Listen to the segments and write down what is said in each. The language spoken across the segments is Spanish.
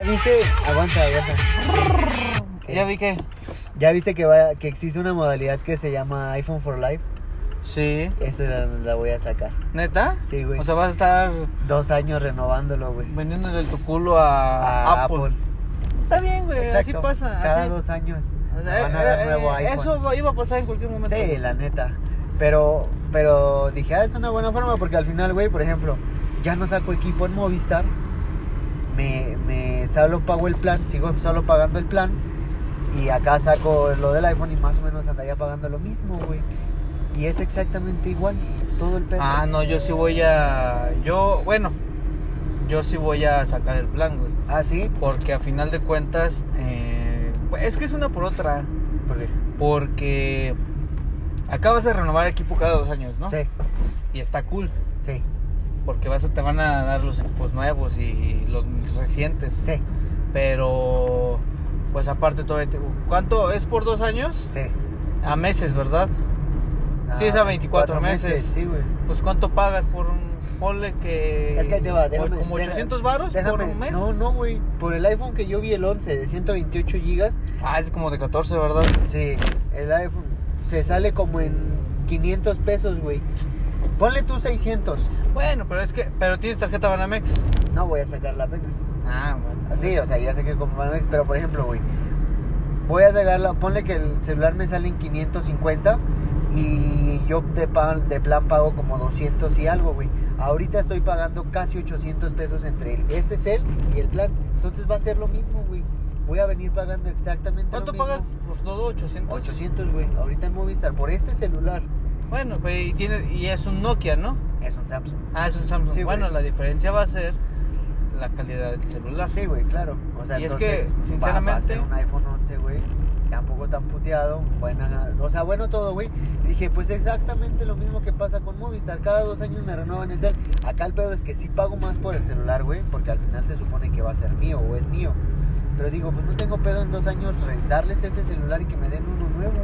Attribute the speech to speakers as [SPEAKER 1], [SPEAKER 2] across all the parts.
[SPEAKER 1] ¿Viste? Aguanta, aguanta.
[SPEAKER 2] Ya vi que.
[SPEAKER 1] ¿Ya viste que, va, que existe una modalidad que se llama iPhone for Life?
[SPEAKER 2] Sí.
[SPEAKER 1] Esa la, la voy a sacar.
[SPEAKER 2] ¿Neta?
[SPEAKER 1] Sí, güey.
[SPEAKER 2] O sea, vas a estar
[SPEAKER 1] Dos años renovándolo, güey.
[SPEAKER 2] vendiéndole tu culo a,
[SPEAKER 1] A
[SPEAKER 2] Apple.
[SPEAKER 1] Apple.
[SPEAKER 2] Está bien, güey. Así
[SPEAKER 1] Exacto.
[SPEAKER 2] pasa.
[SPEAKER 1] Cada
[SPEAKER 2] así.
[SPEAKER 1] dos años
[SPEAKER 2] Eh,
[SPEAKER 1] nos van a dar
[SPEAKER 2] eh,
[SPEAKER 1] nuevo
[SPEAKER 2] eh,
[SPEAKER 1] iPhone.
[SPEAKER 2] Eso va- iba a pasar en cualquier momento. Ah,
[SPEAKER 1] Sí, la neta. Pero, pero dije, ah, es una buena forma porque al final, güey, por ejemplo, ya no saco equipo en Movistar. Me, me solo pago el plan, sigo solo pagando el plan. Y acá saco lo del iPhone y más o menos andaría pagando lo mismo, güey. Y es exactamente igual, todo el pedo.
[SPEAKER 2] Ah, no, yo sí voy a. Yo, bueno, yo sí voy a sacar el plan, güey.
[SPEAKER 1] Ah, sí,
[SPEAKER 2] Porque a final de cuentas, eh, es que es una por otra.
[SPEAKER 1] porque.
[SPEAKER 2] Porque acabas de renovar equipo cada dos años, ¿no?
[SPEAKER 1] Sí,
[SPEAKER 2] Y está cool.
[SPEAKER 1] sí,
[SPEAKER 2] Porque vas a, te van a dar los equipos nuevos y los recientes.
[SPEAKER 1] sí,
[SPEAKER 2] Pero, pues aparte todavía te- ¿Cuánto? ¿Es por dos años?
[SPEAKER 1] sí.
[SPEAKER 2] A meses, ¿verdad? Sí,
[SPEAKER 1] Ah,
[SPEAKER 2] es a 24 meses.
[SPEAKER 1] Sí, güey.
[SPEAKER 2] Pues ¿cuánto pagas por un... Ponle que...
[SPEAKER 1] Es que ahí te va, déjame,
[SPEAKER 2] como
[SPEAKER 1] deja-
[SPEAKER 2] 800 varos Pues, por
[SPEAKER 1] déjame-
[SPEAKER 2] un mes.
[SPEAKER 1] No, no, güey. Por el iPhone que yo vi, el 11 de 128 gigas,
[SPEAKER 2] Ah, es como de 14, ¿verdad?
[SPEAKER 1] Sí, el iPhone te sale como en 500 pesos, güey. Ponle tú 600.
[SPEAKER 2] Bueno, pero es que... Pero tienes tarjeta Banamex.
[SPEAKER 1] No voy a sacarla apenas.
[SPEAKER 2] Ah, bueno.
[SPEAKER 1] Así, o sea, ya sé que con Banamex, pero por ejemplo, güey, voy a sacarla, ponle que el celular me sale en 550 y yo de, pa- de plan pago como 200 y algo, güey. Ahorita estoy pagando casi 800 pesos entre el, este cel y el plan. Entonces va a ser lo mismo, güey. Voy a venir pagando exactamente lo
[SPEAKER 2] ¿Cuánto
[SPEAKER 1] mismo.
[SPEAKER 2] pagas por todo? 800.
[SPEAKER 1] 800, güey, ahorita en Movistar por este celular.
[SPEAKER 2] Bueno, pues, y, tiene, y es un Nokia, ¿no?
[SPEAKER 1] Es un Samsung.
[SPEAKER 2] Ah, es un Samsung.
[SPEAKER 1] Sí, güey.
[SPEAKER 2] bueno, la diferencia va a ser la calidad del celular.
[SPEAKER 1] Ah, Sí, güey, claro. O sea,
[SPEAKER 2] Y es que,
[SPEAKER 1] entonces, va- va a
[SPEAKER 2] sinceramente-
[SPEAKER 1] ser un iPhone 11, güey. Tampoco tan puteado. Buena, o sea, bueno todo, güey. Dije, pues exactamente lo mismo que pasa con Movistar. Cada dos años me renuevan el cel. Acá el pedo es que sí pago más por el celular, güey. Porque al final se supone que va a ser mío o es mío. Pero digo, pues no tengo pedo en dos años re- darles ese celular y que me den uno nuevo.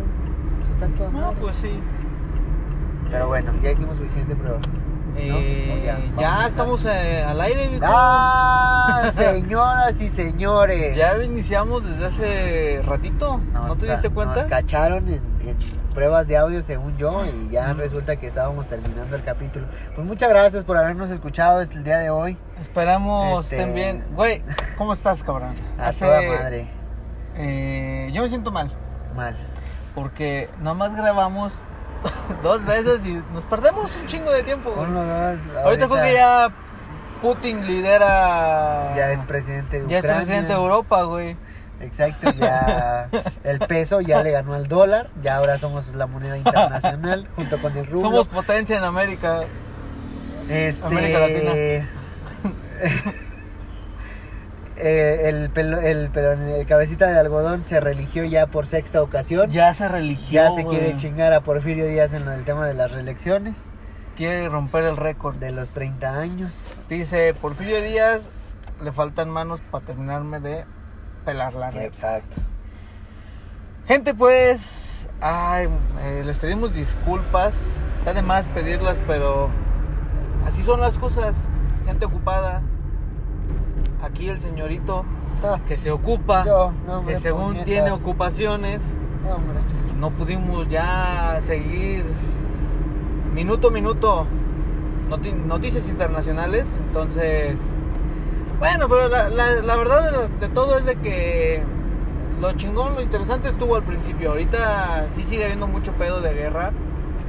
[SPEAKER 1] Pues está todo
[SPEAKER 2] No,
[SPEAKER 1] mal.
[SPEAKER 2] pues eh. sí.
[SPEAKER 1] Pero bueno, ya hicimos suficiente prueba.
[SPEAKER 2] Eh,
[SPEAKER 1] O ya, vamos a
[SPEAKER 2] ya
[SPEAKER 1] empezar.
[SPEAKER 2] estamos eh, al aire, mijo.
[SPEAKER 1] ¡Ah! Señoras y señores.
[SPEAKER 2] Ya iniciamos desde hace ratito. ¿No te
[SPEAKER 1] ca-
[SPEAKER 2] diste
[SPEAKER 1] Nos
[SPEAKER 2] cuenta?
[SPEAKER 1] cacharon en, en pruebas de audio, según yo, y ya resulta que estábamos terminando el capítulo. Pues muchas gracias por habernos escuchado el día de hoy.
[SPEAKER 2] Esperamos
[SPEAKER 1] Este-
[SPEAKER 2] estén bien. Güey, ¿cómo estás, cabrón?
[SPEAKER 1] A
[SPEAKER 2] Hace-
[SPEAKER 1] toda madre.
[SPEAKER 2] eh, yo me siento mal.
[SPEAKER 1] Mal.
[SPEAKER 2] Porque nomás grabamos dos veces y nos perdemos un chingo de tiempo. güey.
[SPEAKER 1] Uno, dos.
[SPEAKER 2] Ahorita, creo que ya Putin lidera.
[SPEAKER 1] ya es presidente de
[SPEAKER 2] ya es
[SPEAKER 1] Ucrania.
[SPEAKER 2] presidente de Europa, güey.
[SPEAKER 1] Exacto, ya el peso ya le ganó al dólar, ya ahora somos la moneda internacional junto con el rublo.
[SPEAKER 2] Somos potencia en América.
[SPEAKER 1] Este,
[SPEAKER 2] América Latina.
[SPEAKER 1] eh, el, pelo- el, pelón- el cabecita de algodón se religió ya por sexta ocasión. Ya,
[SPEAKER 2] Ya se religió.
[SPEAKER 1] se
[SPEAKER 2] güey.
[SPEAKER 1] quiere chingar a Porfirio Díaz en lo del tema de las reelecciones
[SPEAKER 2] Quiere romper el récord.
[SPEAKER 1] de los 30 años.
[SPEAKER 2] Dice Porfirio Díaz, le faltan manos para terminarme de pelar la red.
[SPEAKER 1] Exacto.
[SPEAKER 2] Gente, pues, ay, eh, les pedimos disculpas. Está de más pedirlas, pero así son las cosas. Gente ocupada. Aquí el señorito
[SPEAKER 1] Ah,
[SPEAKER 2] que se ocupa,
[SPEAKER 1] yo, no, hombre,
[SPEAKER 2] que según
[SPEAKER 1] puñetas.
[SPEAKER 2] tiene ocupaciones,
[SPEAKER 1] No, hombre.
[SPEAKER 2] no pudimos ya seguir minuto a minuto noti- noticias internacionales. Entonces, bueno, pero la, la- la verdad de, los- de todo es de que lo chingón, lo interesante estuvo al principio. Ahorita sí sigue habiendo mucho pedo de guerra,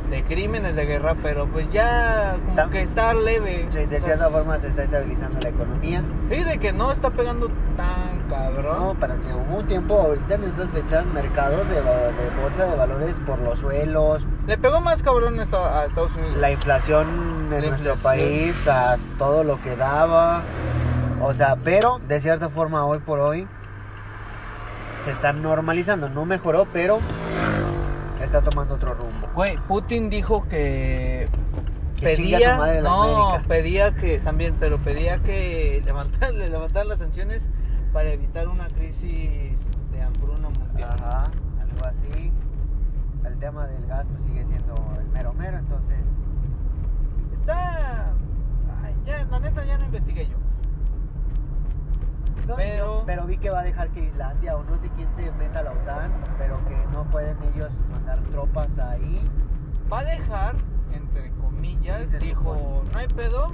[SPEAKER 2] de crímenes de guerra, pero pues ya como
[SPEAKER 1] Tam-
[SPEAKER 2] que está leve.
[SPEAKER 1] Sí, de
[SPEAKER 2] Entonces,
[SPEAKER 1] cierta forma se está estabilizando la economía.
[SPEAKER 2] Fíjate que no está pegando tan cabrón.
[SPEAKER 1] No, para que hubo un tiempo, ahorita en estas fechas, mercados de, va- de bolsa de valores por los suelos,
[SPEAKER 2] Le pegó más cabrón a Estados- a Estados Unidos.
[SPEAKER 1] la inflación en
[SPEAKER 2] La
[SPEAKER 1] nuestro
[SPEAKER 2] inflación.
[SPEAKER 1] país, a todo lo que daba. O sea, pero de cierta forma hoy por hoy se está normalizando. No mejoró, pero está tomando otro rumbo.
[SPEAKER 2] Güey, Putin dijo que,
[SPEAKER 1] Que chingue a
[SPEAKER 2] pedía,
[SPEAKER 1] su madre la
[SPEAKER 2] no,
[SPEAKER 1] América.
[SPEAKER 2] pedía que también, pero pedía que levantar, le levantar las sanciones para evitar una crisis de hambruna mundial.
[SPEAKER 1] Ajá, algo así. El tema del gas pues sigue siendo el mero mero, entonces
[SPEAKER 2] Está, ay, ya, la neta ya no investigué yo.
[SPEAKER 1] No,
[SPEAKER 2] Pero-
[SPEAKER 1] no, pero vi que va a dejar que Islandia o no sé quién se meta a la OTAN, pero que no pueden ellos mandar tropas ahí.
[SPEAKER 2] Va a dejar, entre comillas,
[SPEAKER 1] Sí, se
[SPEAKER 2] dijo,
[SPEAKER 1] supone.
[SPEAKER 2] no hay pedo,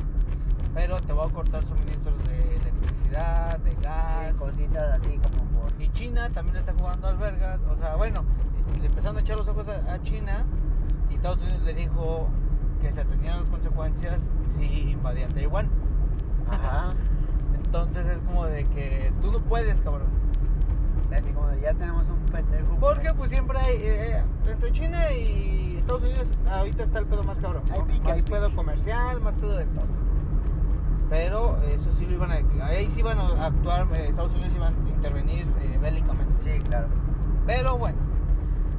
[SPEAKER 2] pero te voy a cortar suministros de electricidad, de gas.
[SPEAKER 1] Sí, eh, cositas así como por...
[SPEAKER 2] y China también le está jugando al vergas. O sea, bueno, le empezaron a echar los ojos a, a China y Estados Unidos le dijo que se atendían a las consecuencias si invadían Taiwán.
[SPEAKER 1] Ajá.
[SPEAKER 2] Entonces es como de que tú no puedes, cabrón.
[SPEAKER 1] Así como ya tenemos un pendejo.
[SPEAKER 2] Porque pues siempre hay, eh, eh, entre China y Estados Unidos ahorita está el pedo más cabrón. ¿no?
[SPEAKER 1] Hay pique,
[SPEAKER 2] más
[SPEAKER 1] hay pique.
[SPEAKER 2] pedo comercial, más pedo de todo. Pero eso sí lo iban a, ahí sí iban a actuar, eh, Estados Unidos iban a intervenir eh, bélicamente.
[SPEAKER 1] Sí, claro.
[SPEAKER 2] Pero bueno,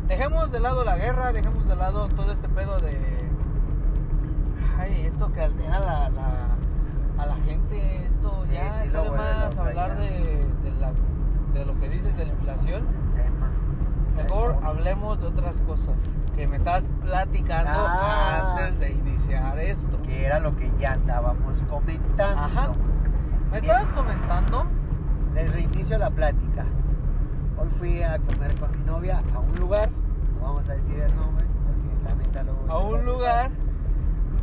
[SPEAKER 2] dejemos de lado la guerra, dejemos de lado todo este pedo de. Ay, esto que altera la, la- a la gente, esto
[SPEAKER 1] Sí,
[SPEAKER 2] ya
[SPEAKER 1] sí,
[SPEAKER 2] está
[SPEAKER 1] lo
[SPEAKER 2] de
[SPEAKER 1] vuelve
[SPEAKER 2] más
[SPEAKER 1] loca
[SPEAKER 2] hablar
[SPEAKER 1] ya.
[SPEAKER 2] de, de la- de lo que dices de la inflación.
[SPEAKER 1] El tema.
[SPEAKER 2] Mejor
[SPEAKER 1] Entonces,
[SPEAKER 2] hablemos de otras cosas que me estabas platicando
[SPEAKER 1] Ah.
[SPEAKER 2] antes de iniciar esto.
[SPEAKER 1] Que era lo que ya andábamos comentando.
[SPEAKER 2] Ajá. Me estabas comentando
[SPEAKER 1] Les reinicio la plática. Hoy fui a comer con mi novia a un lugar, no vamos a decir el nombre, porque la neta luego se
[SPEAKER 2] a un
[SPEAKER 1] pone-
[SPEAKER 2] lugar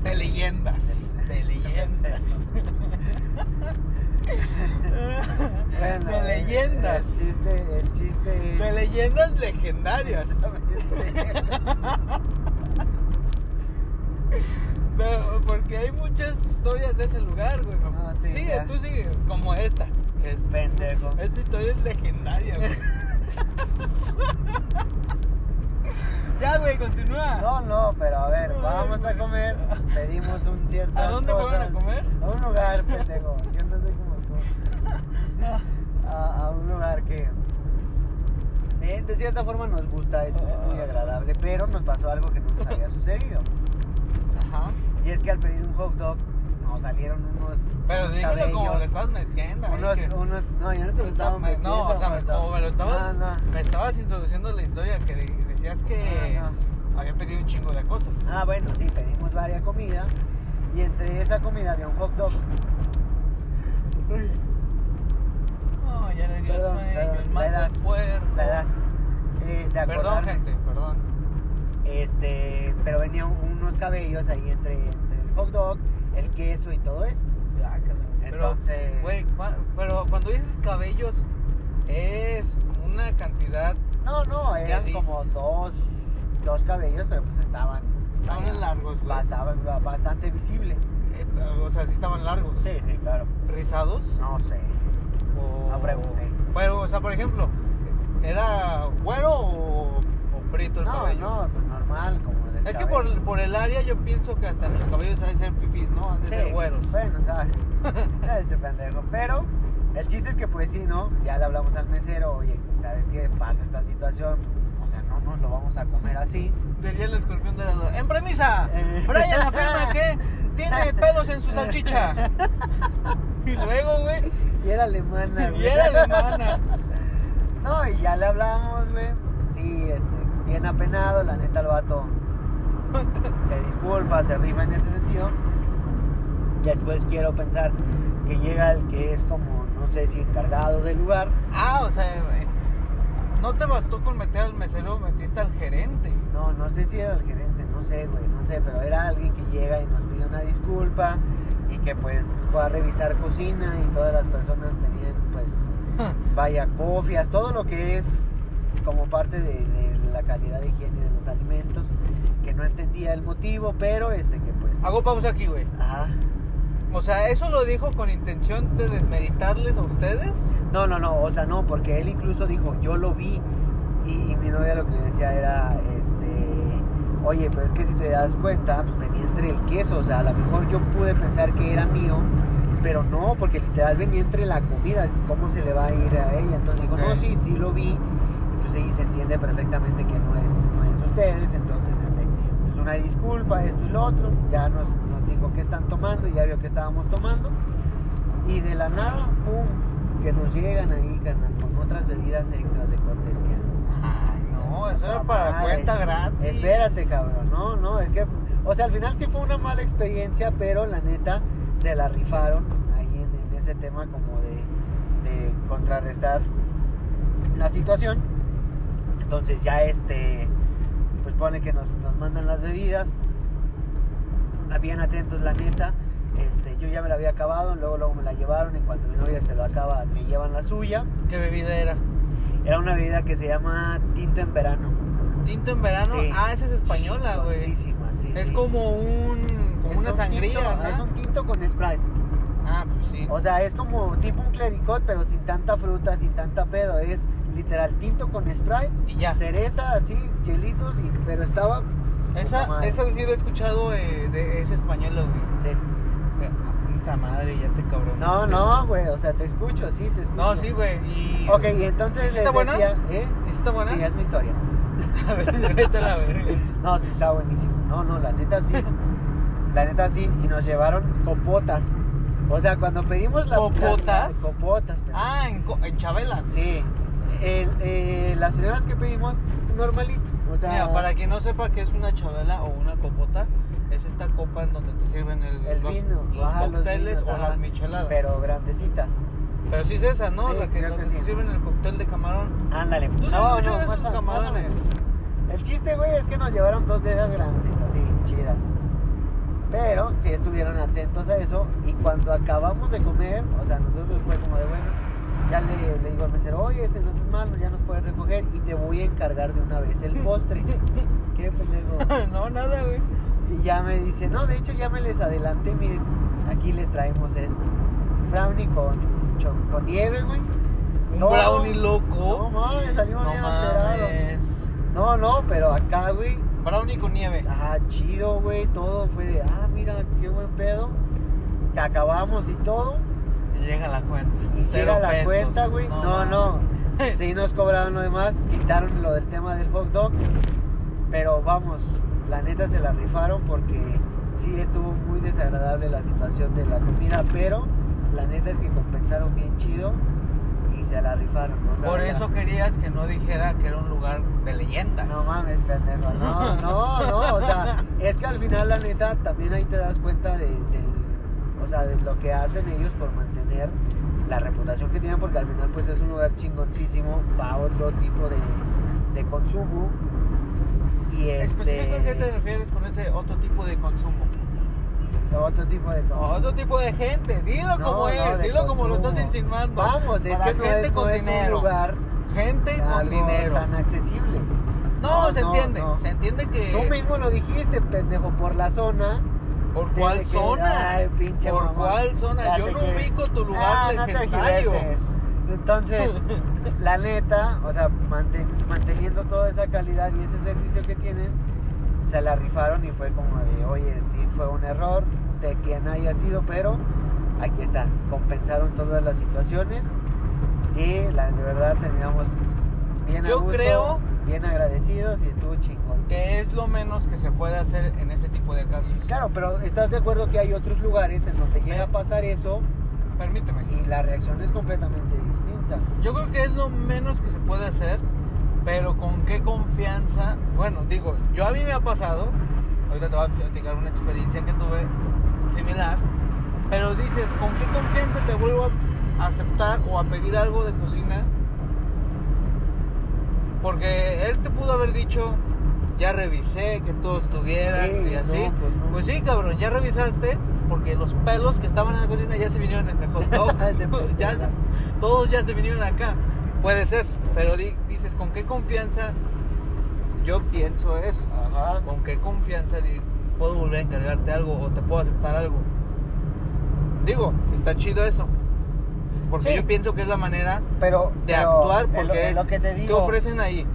[SPEAKER 2] de leyendas. De leyendas.
[SPEAKER 1] Bueno, eh,
[SPEAKER 2] de
[SPEAKER 1] el-
[SPEAKER 2] leyendas.
[SPEAKER 1] El chiste, el chiste es.
[SPEAKER 2] De leyendas legendarias. No, porque hay muchas historias de ese lugar, güey.
[SPEAKER 1] Ah, sí,
[SPEAKER 2] sigue,
[SPEAKER 1] ya.
[SPEAKER 2] tú sigue. Como esta. que es-
[SPEAKER 1] Pendejo.
[SPEAKER 2] esta historia es legendaria, güey. ya, güey, continúa.
[SPEAKER 1] No, no, pero a ver,
[SPEAKER 2] Ay,
[SPEAKER 1] vamos a
[SPEAKER 2] güey.
[SPEAKER 1] comer. Pedimos un cierto.
[SPEAKER 2] ¿A dónde fueron a comer?
[SPEAKER 1] A un lugar, pendejo. Yo no sé cómo tú. A, a un lugar que. De, de cierta forma nos gusta, es, es muy agradable, pero nos pasó algo que no nos había sucedido.
[SPEAKER 2] Ajá.
[SPEAKER 1] Y es que al pedir un hot dog nos salieron unos.
[SPEAKER 2] Pero
[SPEAKER 1] unos
[SPEAKER 2] dígalo como
[SPEAKER 1] cabellos,
[SPEAKER 2] le estás metiendo. ahí
[SPEAKER 1] Unos,
[SPEAKER 2] que-
[SPEAKER 1] unos, no, yo no te lo estaba
[SPEAKER 2] Me-
[SPEAKER 1] metiendo.
[SPEAKER 2] No, o sea,
[SPEAKER 1] Marta.
[SPEAKER 2] como me lo estabas,
[SPEAKER 1] No, no.
[SPEAKER 2] me estabas introduciendo la historia que de- decías que
[SPEAKER 1] Ah,
[SPEAKER 2] había pedido un chingo de cosas.
[SPEAKER 1] Ah, bueno, sí, pedimos varias comida y entre esa comida había un hot dog.
[SPEAKER 2] No, ya le dio
[SPEAKER 1] Perdón,
[SPEAKER 2] sueño,
[SPEAKER 1] perdón,
[SPEAKER 2] el
[SPEAKER 1] la edad,
[SPEAKER 2] mal puerco.
[SPEAKER 1] ¿Verdad? Eh, de
[SPEAKER 2] Perdón,
[SPEAKER 1] acordarme.
[SPEAKER 2] gente, perdón.
[SPEAKER 1] Este, pero venían unos cabellos ahí entre, entre el hot dog, el queso y todo esto.
[SPEAKER 2] Pero,
[SPEAKER 1] Entonces-
[SPEAKER 2] güey, cua- pero cuando dices cabellos, es una cantidad.
[SPEAKER 1] No, no, eran
[SPEAKER 2] dice?
[SPEAKER 1] como dos, dos cabellos, pero pues estaban,
[SPEAKER 2] Estaban largos, Ah, güey.
[SPEAKER 1] bastaban- ba- bastante visibles.
[SPEAKER 2] eh, o sea, si estaban largos.
[SPEAKER 1] Sí, sí, claro.
[SPEAKER 2] ¿Rizados?
[SPEAKER 1] No sé.
[SPEAKER 2] O...
[SPEAKER 1] No pregunté.
[SPEAKER 2] Pero, o sea, por ejemplo, ¿era güero o, o prieto el
[SPEAKER 1] No,
[SPEAKER 2] cabello?
[SPEAKER 1] no, pues normal, como del
[SPEAKER 2] Es que
[SPEAKER 1] cabello.
[SPEAKER 2] por, por el área yo pienso que hasta los cabellos han de ser fifís, ¿no? Han de
[SPEAKER 1] Sí,
[SPEAKER 2] ser güeros.
[SPEAKER 1] Bueno, sabe. este pendejo. Pero el chiste es que, pues sí, ¿no? Ya le hablamos al mesero, oye, ¿sabes qué pasa esta situación? O sea, no nos lo vamos a comer así.
[SPEAKER 2] Diría el escorpión de la luna. ¡En premisa!
[SPEAKER 1] Eh.
[SPEAKER 2] Brian afirma que tiene pelos en su salchicha. Y luego, güey,
[SPEAKER 1] Y era alemana, güey.
[SPEAKER 2] y era alemana.
[SPEAKER 1] No, y ya le hablamos, güey. Sí, este, bien apenado, la neta, el vato se disculpa, se rifa en ese sentido. Después quiero pensar que llega el que es como, no sé si encargado del lugar.
[SPEAKER 2] Ah, o sea, güey, no te bastó con meter al mesero, metiste al gerente.
[SPEAKER 1] No, no sé si era el gerente, no sé, güey, no sé, pero era alguien que llega y nos pide una disculpa y que pues fue a revisar cocina y todas las personas tenían pues vaya cofias, todo lo que es como parte de, de la calidad de higiene de los alimentos, que no entendía el motivo, pero este que pues...
[SPEAKER 2] Hago pausa aquí, güey.
[SPEAKER 1] Ah,
[SPEAKER 2] O sea, ¿eso lo dijo con intención de desmeritarles a ustedes?
[SPEAKER 1] no, no, no, o sea, no, porque él incluso dijo, yo lo vi y, y mi novia lo que decía era, este... Oye, pero es que si te das cuenta, pues venía entre el queso, o sea, a lo mejor yo pude pensar que era mío, pero no, porque literal venía entre la comida, ¿cómo se le va a ir a ella? Entonces digo,
[SPEAKER 2] Ok.
[SPEAKER 1] no, sí, sí lo vi, y pues sí, se entiende perfectamente que no es, no es ustedes, entonces, este, pues una disculpa, esto y lo otro, ya nos, nos dijo que están tomando, y ya vio que estábamos tomando, y de la nada, pum, que nos llegan ahí, carnal, con otras bebidas extras de cortesía.
[SPEAKER 2] Ay, no, eso era para
[SPEAKER 1] Madre.
[SPEAKER 2] cuenta gratis.
[SPEAKER 1] Espérate, cabrón. No, no, es que. O sea, al final sí fue una mala experiencia, pero la neta se la rifaron ahí en, en ese tema como de. de contrarrestar la situación. Entonces ya este, pues pone que nos, nos mandan las bebidas. Ah, Bien atentos, la neta. Este, yo ya me la había acabado, luego, luego me la llevaron. En cuanto mi novia se lo acaba, me llevan la suya.
[SPEAKER 2] ¿Qué bebida era?
[SPEAKER 1] Era una bebida que se llama tinto en verano.
[SPEAKER 2] Tinto en verano.
[SPEAKER 1] Sí.
[SPEAKER 2] Ah, esa es española, güey.
[SPEAKER 1] Chingoncísima, sí,
[SPEAKER 2] Es
[SPEAKER 1] sí.
[SPEAKER 2] como un. como
[SPEAKER 1] Es
[SPEAKER 2] una
[SPEAKER 1] un
[SPEAKER 2] sangría.
[SPEAKER 1] tinto-
[SPEAKER 2] ¿no?
[SPEAKER 1] es un Oh, tinto con Sprite.
[SPEAKER 2] Ah, pues sí.
[SPEAKER 1] O sea, es como tipo un clericot, pero sin tanta fruta, sin tanta pedo. Es literal tinto con Sprite,
[SPEAKER 2] Y ya.
[SPEAKER 1] cereza, así, chelitos, y, pero estaba... Puta
[SPEAKER 2] Esa,
[SPEAKER 1] madre.
[SPEAKER 2] esa sí la he escuchado eh, de ese español, güey.
[SPEAKER 1] Sí.
[SPEAKER 2] Eh, ah, Puta madre, ya te cabrón.
[SPEAKER 1] No, no, güey, o sea, te escucho, sí, te escucho.
[SPEAKER 2] No, sí, güey. Y...
[SPEAKER 1] Ok, y entonces les
[SPEAKER 2] ¿Sí está buena?
[SPEAKER 1] decía... ¿eh?
[SPEAKER 2] ¿Y si está buena?
[SPEAKER 1] Sí, es mi historia.
[SPEAKER 2] A ver, vete a la verga.
[SPEAKER 1] No, sí, estaba buenísimo. No, no, la neta sí. la neta sí, y nos llevaron copotas. O sea, cuando pedimos la... la-
[SPEAKER 2] ¿Copotas?
[SPEAKER 1] la- copotas, pero-
[SPEAKER 2] Ah, en, co- en Chabelas.
[SPEAKER 1] Sí. El, eh, las primeras que pedimos, normalito. O sea,
[SPEAKER 2] Mira, para quien no sepa qué es una chabela o una copota, es esta copa en donde te sirven el,
[SPEAKER 1] el
[SPEAKER 2] los,
[SPEAKER 1] vino.
[SPEAKER 2] los
[SPEAKER 1] ajá, los
[SPEAKER 2] cócteles
[SPEAKER 1] vinos,
[SPEAKER 2] o
[SPEAKER 1] ajá,
[SPEAKER 2] las micheladas.
[SPEAKER 1] Pero grandecitas.
[SPEAKER 2] Pero sí es esa, ¿no?
[SPEAKER 1] Sí,
[SPEAKER 2] la que,
[SPEAKER 1] creo
[SPEAKER 2] la
[SPEAKER 1] que
[SPEAKER 2] que
[SPEAKER 1] sí.
[SPEAKER 2] te sirven el cóctel de camarón.
[SPEAKER 1] Ándale.
[SPEAKER 2] Tú sabes mucho de esos
[SPEAKER 1] más o- más o menos.
[SPEAKER 2] camarones.
[SPEAKER 1] El chiste, güey, es que nos llevaron dos de esas grandes, así, chidas. Pero sí estuvieron atentos a eso. Y cuando acabamos de comer, o sea, nosotros fue como de bueno. Ya le, le digo al mesero, oye, este no es malo, ya nos puedes recoger y te voy a encargar de una vez el postre. Qué pendejo.
[SPEAKER 2] no, nada, güey.
[SPEAKER 1] Y ya me dice, no, de hecho ya me les adelanté, miren, aquí les traemos esto. Brownie con, cho- con nieve, güey.
[SPEAKER 2] Un
[SPEAKER 1] No,
[SPEAKER 2] brownie
[SPEAKER 1] No
[SPEAKER 2] loco.
[SPEAKER 1] mames, salimos
[SPEAKER 2] No
[SPEAKER 1] bien alterados.
[SPEAKER 2] mames.
[SPEAKER 1] No, no, pero acá, güey,
[SPEAKER 2] Brownie con nieve.
[SPEAKER 1] ah, chido, güey, todo fue de, ah, mira, qué buen pedo. Que acabamos y todo.
[SPEAKER 2] Y llega la cuenta.
[SPEAKER 1] Y
[SPEAKER 2] Cero
[SPEAKER 1] llega la
[SPEAKER 2] pesos.
[SPEAKER 1] cuenta, güey. No, no.
[SPEAKER 2] mames.
[SPEAKER 1] Sí nos cobraron lo demás, quitaron lo del tema del hot dog. Pero vamos, la neta se la rifaron porque sí estuvo muy desagradable la situación de la comida, pero la neta es que compensaron bien chido y se la rifaron. o sea,
[SPEAKER 2] Por
[SPEAKER 1] la-
[SPEAKER 2] eso querías que no dijera que era un lugar de leyendas.
[SPEAKER 1] No mames, pendejo. No, no, no. O sea, es que al final, la neta, también ahí te das cuenta de, del- o sea, de lo que hacen ellos por mantener la reputación que tienen, porque al final, pues es un lugar chingoncísimo, va otro tipo de, de consumo. Y este,
[SPEAKER 2] ¿Específico a qué te refieres con ese otro tipo de consumo?
[SPEAKER 1] Otro tipo de consumo.
[SPEAKER 2] Otro tipo de gente, dilo
[SPEAKER 1] No,
[SPEAKER 2] como
[SPEAKER 1] no,
[SPEAKER 2] es,
[SPEAKER 1] de
[SPEAKER 2] dilo como lo
[SPEAKER 1] consumo.
[SPEAKER 2] estás insinuando.
[SPEAKER 1] Vamos, es
[SPEAKER 2] Para
[SPEAKER 1] que no,
[SPEAKER 2] gente
[SPEAKER 1] es, no
[SPEAKER 2] con
[SPEAKER 1] es un
[SPEAKER 2] dinero.
[SPEAKER 1] lugar
[SPEAKER 2] Gente con
[SPEAKER 1] algo
[SPEAKER 2] dinero.
[SPEAKER 1] tan accesible.
[SPEAKER 2] No,
[SPEAKER 1] No,
[SPEAKER 2] se
[SPEAKER 1] no,
[SPEAKER 2] entiende,
[SPEAKER 1] no.
[SPEAKER 2] se entiende que
[SPEAKER 1] Tú mismo lo dijiste, pendejo, por la zona.
[SPEAKER 2] por
[SPEAKER 1] Desde
[SPEAKER 2] cuál
[SPEAKER 1] que-
[SPEAKER 2] zona,
[SPEAKER 1] Ay, pinche
[SPEAKER 2] por
[SPEAKER 1] mamón.
[SPEAKER 2] cuál zona,
[SPEAKER 1] Ya
[SPEAKER 2] yo
[SPEAKER 1] te
[SPEAKER 2] no
[SPEAKER 1] quieres.
[SPEAKER 2] ubico tu lugar
[SPEAKER 1] Ah, no te eh.
[SPEAKER 2] legendario.
[SPEAKER 1] equivoques. Entonces, la neta, o sea, manten- manteniendo toda esa calidad y ese servicio que tienen, se la rifaron y fue como de, oye, sí fue un error de quien haya sido, pero aquí está, compensaron todas las situaciones y la de verdad terminamos bien a
[SPEAKER 2] Yo
[SPEAKER 1] gusto,
[SPEAKER 2] creo-
[SPEAKER 1] bien agradecidos y estuvo chingón.
[SPEAKER 2] que es lo menos que se puede hacer en ese tipo de casos.
[SPEAKER 1] Claro, pero estás de acuerdo que hay otros lugares en donde llega a pasar eso
[SPEAKER 2] Permíteme.
[SPEAKER 1] y la reacción es completamente distinta.
[SPEAKER 2] Yo creo que es lo menos que se puede hacer, pero con qué confianza. Bueno, digo, yo a mí me ha pasado, ahorita te voy a platicar una experiencia que tuve similar, pero dices, ¿con qué confianza te vuelvo a aceptar o a pedir algo de cocina? Porque él te pudo haber dicho, ya revisé que todo estuviera
[SPEAKER 1] Sí,
[SPEAKER 2] y así.
[SPEAKER 1] no, pues no.
[SPEAKER 2] pues sí, cabrón, ya revisaste porque los pelos que estaban en la cocina ya se vinieron en el hot dog.
[SPEAKER 1] Este pendejo.
[SPEAKER 2] ya se- todos ya se vinieron acá. Puede ser, pero di- dices, ¿con qué confianza yo pienso eso?
[SPEAKER 1] Ajá.
[SPEAKER 2] ¿Con qué confianza di- puedo volver a encargarte algo o te puedo aceptar algo? Digo, está chido eso. Porque
[SPEAKER 1] Sí.
[SPEAKER 2] yo pienso que es la manera
[SPEAKER 1] Pero,
[SPEAKER 2] de
[SPEAKER 1] pero
[SPEAKER 2] actuar
[SPEAKER 1] es
[SPEAKER 2] porque
[SPEAKER 1] lo, es
[SPEAKER 2] es
[SPEAKER 1] lo que te
[SPEAKER 2] ¿qué
[SPEAKER 1] digo.
[SPEAKER 2] ofrecen ahí.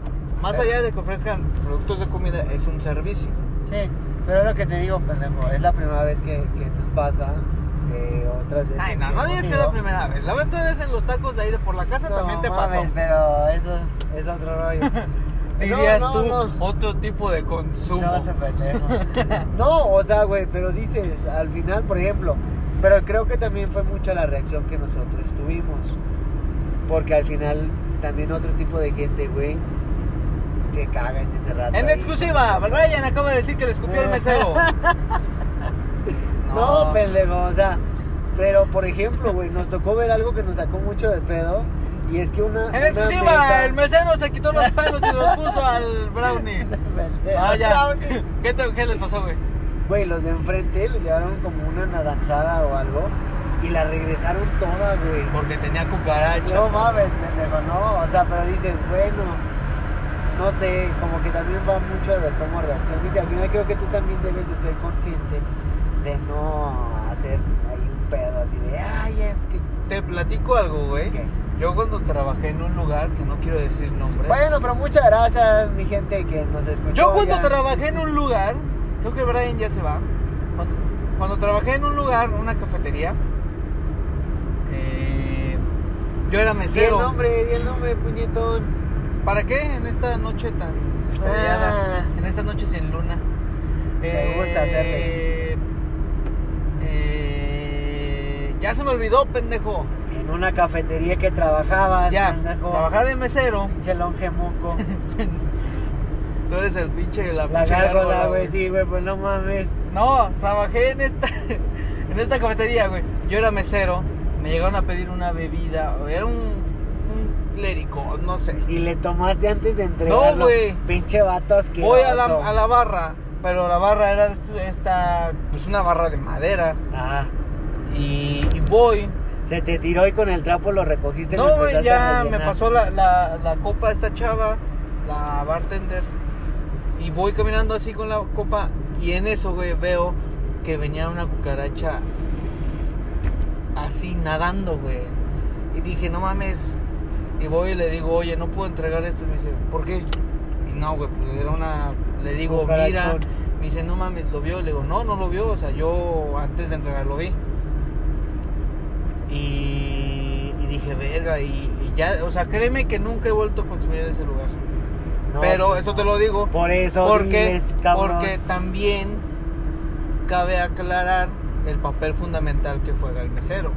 [SPEAKER 2] Más
[SPEAKER 1] Pero-
[SPEAKER 2] allá de que ofrezcan productos de comida, es un servicio.
[SPEAKER 1] Sí, pero es lo que te digo, pendejo. Es la primera vez que, que nos pasa de otras veces.
[SPEAKER 2] Ay, no, no digas que es la primera vez. La otra vez en los tacos de ahí de por la casa también te pasó.
[SPEAKER 1] Pero eso es otro rollo.
[SPEAKER 2] Dirías
[SPEAKER 1] No, no,
[SPEAKER 2] tú
[SPEAKER 1] no.
[SPEAKER 2] otro tipo de consumo.
[SPEAKER 1] No, este pendejo. No, o sea, güey, pero dices, al final, por ejemplo, pero creo que también fue mucha la reacción que nosotros tuvimos. Porque al final, también otro tipo de gente, güey, se caga en ese rato.
[SPEAKER 2] en
[SPEAKER 1] ahí.
[SPEAKER 2] exclusiva, Ryan acaba de decir que le escupió el mesero.
[SPEAKER 1] No, pendejo, o sea, Pero, por ejemplo, güey, nos tocó ver algo que nos sacó mucho de pedo. Y es que una.
[SPEAKER 2] En
[SPEAKER 1] una
[SPEAKER 2] exclusiva,
[SPEAKER 1] mesa-
[SPEAKER 2] el mesero se quitó los pelos y los puso al brownie. Vaya. ¿Qué, te- ¿Qué les pasó, güey?
[SPEAKER 1] Güey, los de enfrente les llevaron como una naranjada o algo. Y la regresaron toda, güey.
[SPEAKER 2] Porque tenía cucaracha.
[SPEAKER 1] No mames, pendejo, no. O sea, pero dices, bueno, no sé, como que también va mucho de cómo reacciones. Y al final creo que tú también debes de ser consciente de no hacer ahí un pedo así de, ay, es que.
[SPEAKER 2] Te platico algo, güey.
[SPEAKER 1] ¿qué?".
[SPEAKER 2] Yo cuando trabajé en un lugar, que no quiero decir nombres.
[SPEAKER 1] Bueno, pero muchas gracias, mi gente que nos escuchó.
[SPEAKER 2] Yo cuando
[SPEAKER 1] ya.
[SPEAKER 2] trabajé en un lugar, creo que Brian ya se va. Cuando, cuando trabajé en un lugar, una cafetería, eh, yo era
[SPEAKER 1] Di el
[SPEAKER 2] mesero.
[SPEAKER 1] nombre, di el nombre, puñetón.
[SPEAKER 2] ¿Para qué en esta noche tan
[SPEAKER 1] Ah,
[SPEAKER 2] estrellada? En esta noche sin luna.
[SPEAKER 1] Te gusta hacerle.
[SPEAKER 2] eh, ya se me olvidó, pendejo.
[SPEAKER 1] En una cafetería que trabajabas,
[SPEAKER 2] ya,
[SPEAKER 1] pendejo.
[SPEAKER 2] trabajaba de mesero.
[SPEAKER 1] Pinche longe moco.
[SPEAKER 2] Tú eres el pinche la,
[SPEAKER 1] La
[SPEAKER 2] pinche
[SPEAKER 1] gárgola,
[SPEAKER 2] gárgola,
[SPEAKER 1] güey, sí, güey, pues no mames.
[SPEAKER 2] No, trabajé en esta, en esta cafetería, güey. Yo era mesero, me llegaron a pedir una bebida, era un, un clérigo, no sé.
[SPEAKER 1] Y le tomaste antes de entregarlo.
[SPEAKER 2] güey.
[SPEAKER 1] Pinche vato asqueroso.
[SPEAKER 2] Voy a la, a la barra, pero la barra era est- esta, pues una barra de madera.
[SPEAKER 1] Ah,
[SPEAKER 2] Y, y voy.
[SPEAKER 1] se te tiró y con el trapo lo recogiste. y lo
[SPEAKER 2] No, güey,
[SPEAKER 1] empezaste a
[SPEAKER 2] ya me
[SPEAKER 1] rellenar.
[SPEAKER 2] pasó la, la, la copa esta chava, la bartender. Y voy caminando así con la copa. Y en eso, güey, veo que venía una cucaracha así nadando, güey. Y dije, no mames. Y voy y le digo, oye, no puedo entregar esto. Y me dice, ¿por qué? Y no, güey, pues era una. Le digo, mira.
[SPEAKER 1] Cucarachón.
[SPEAKER 2] Me dice, no mames, lo vio. Le digo, no, no lo vio. O sea, yo antes de entregar lo vi. Y, y dije, verga. Y, y ya, o sea, créeme que nunca he vuelto a consumir en ese lugar.
[SPEAKER 1] No,
[SPEAKER 2] Pero
[SPEAKER 1] pues
[SPEAKER 2] eso
[SPEAKER 1] no.
[SPEAKER 2] te lo digo
[SPEAKER 1] Por eso,
[SPEAKER 2] porque,
[SPEAKER 1] diles, cabrón.
[SPEAKER 2] porque también cabe aclarar el papel fundamental que juega el mesero.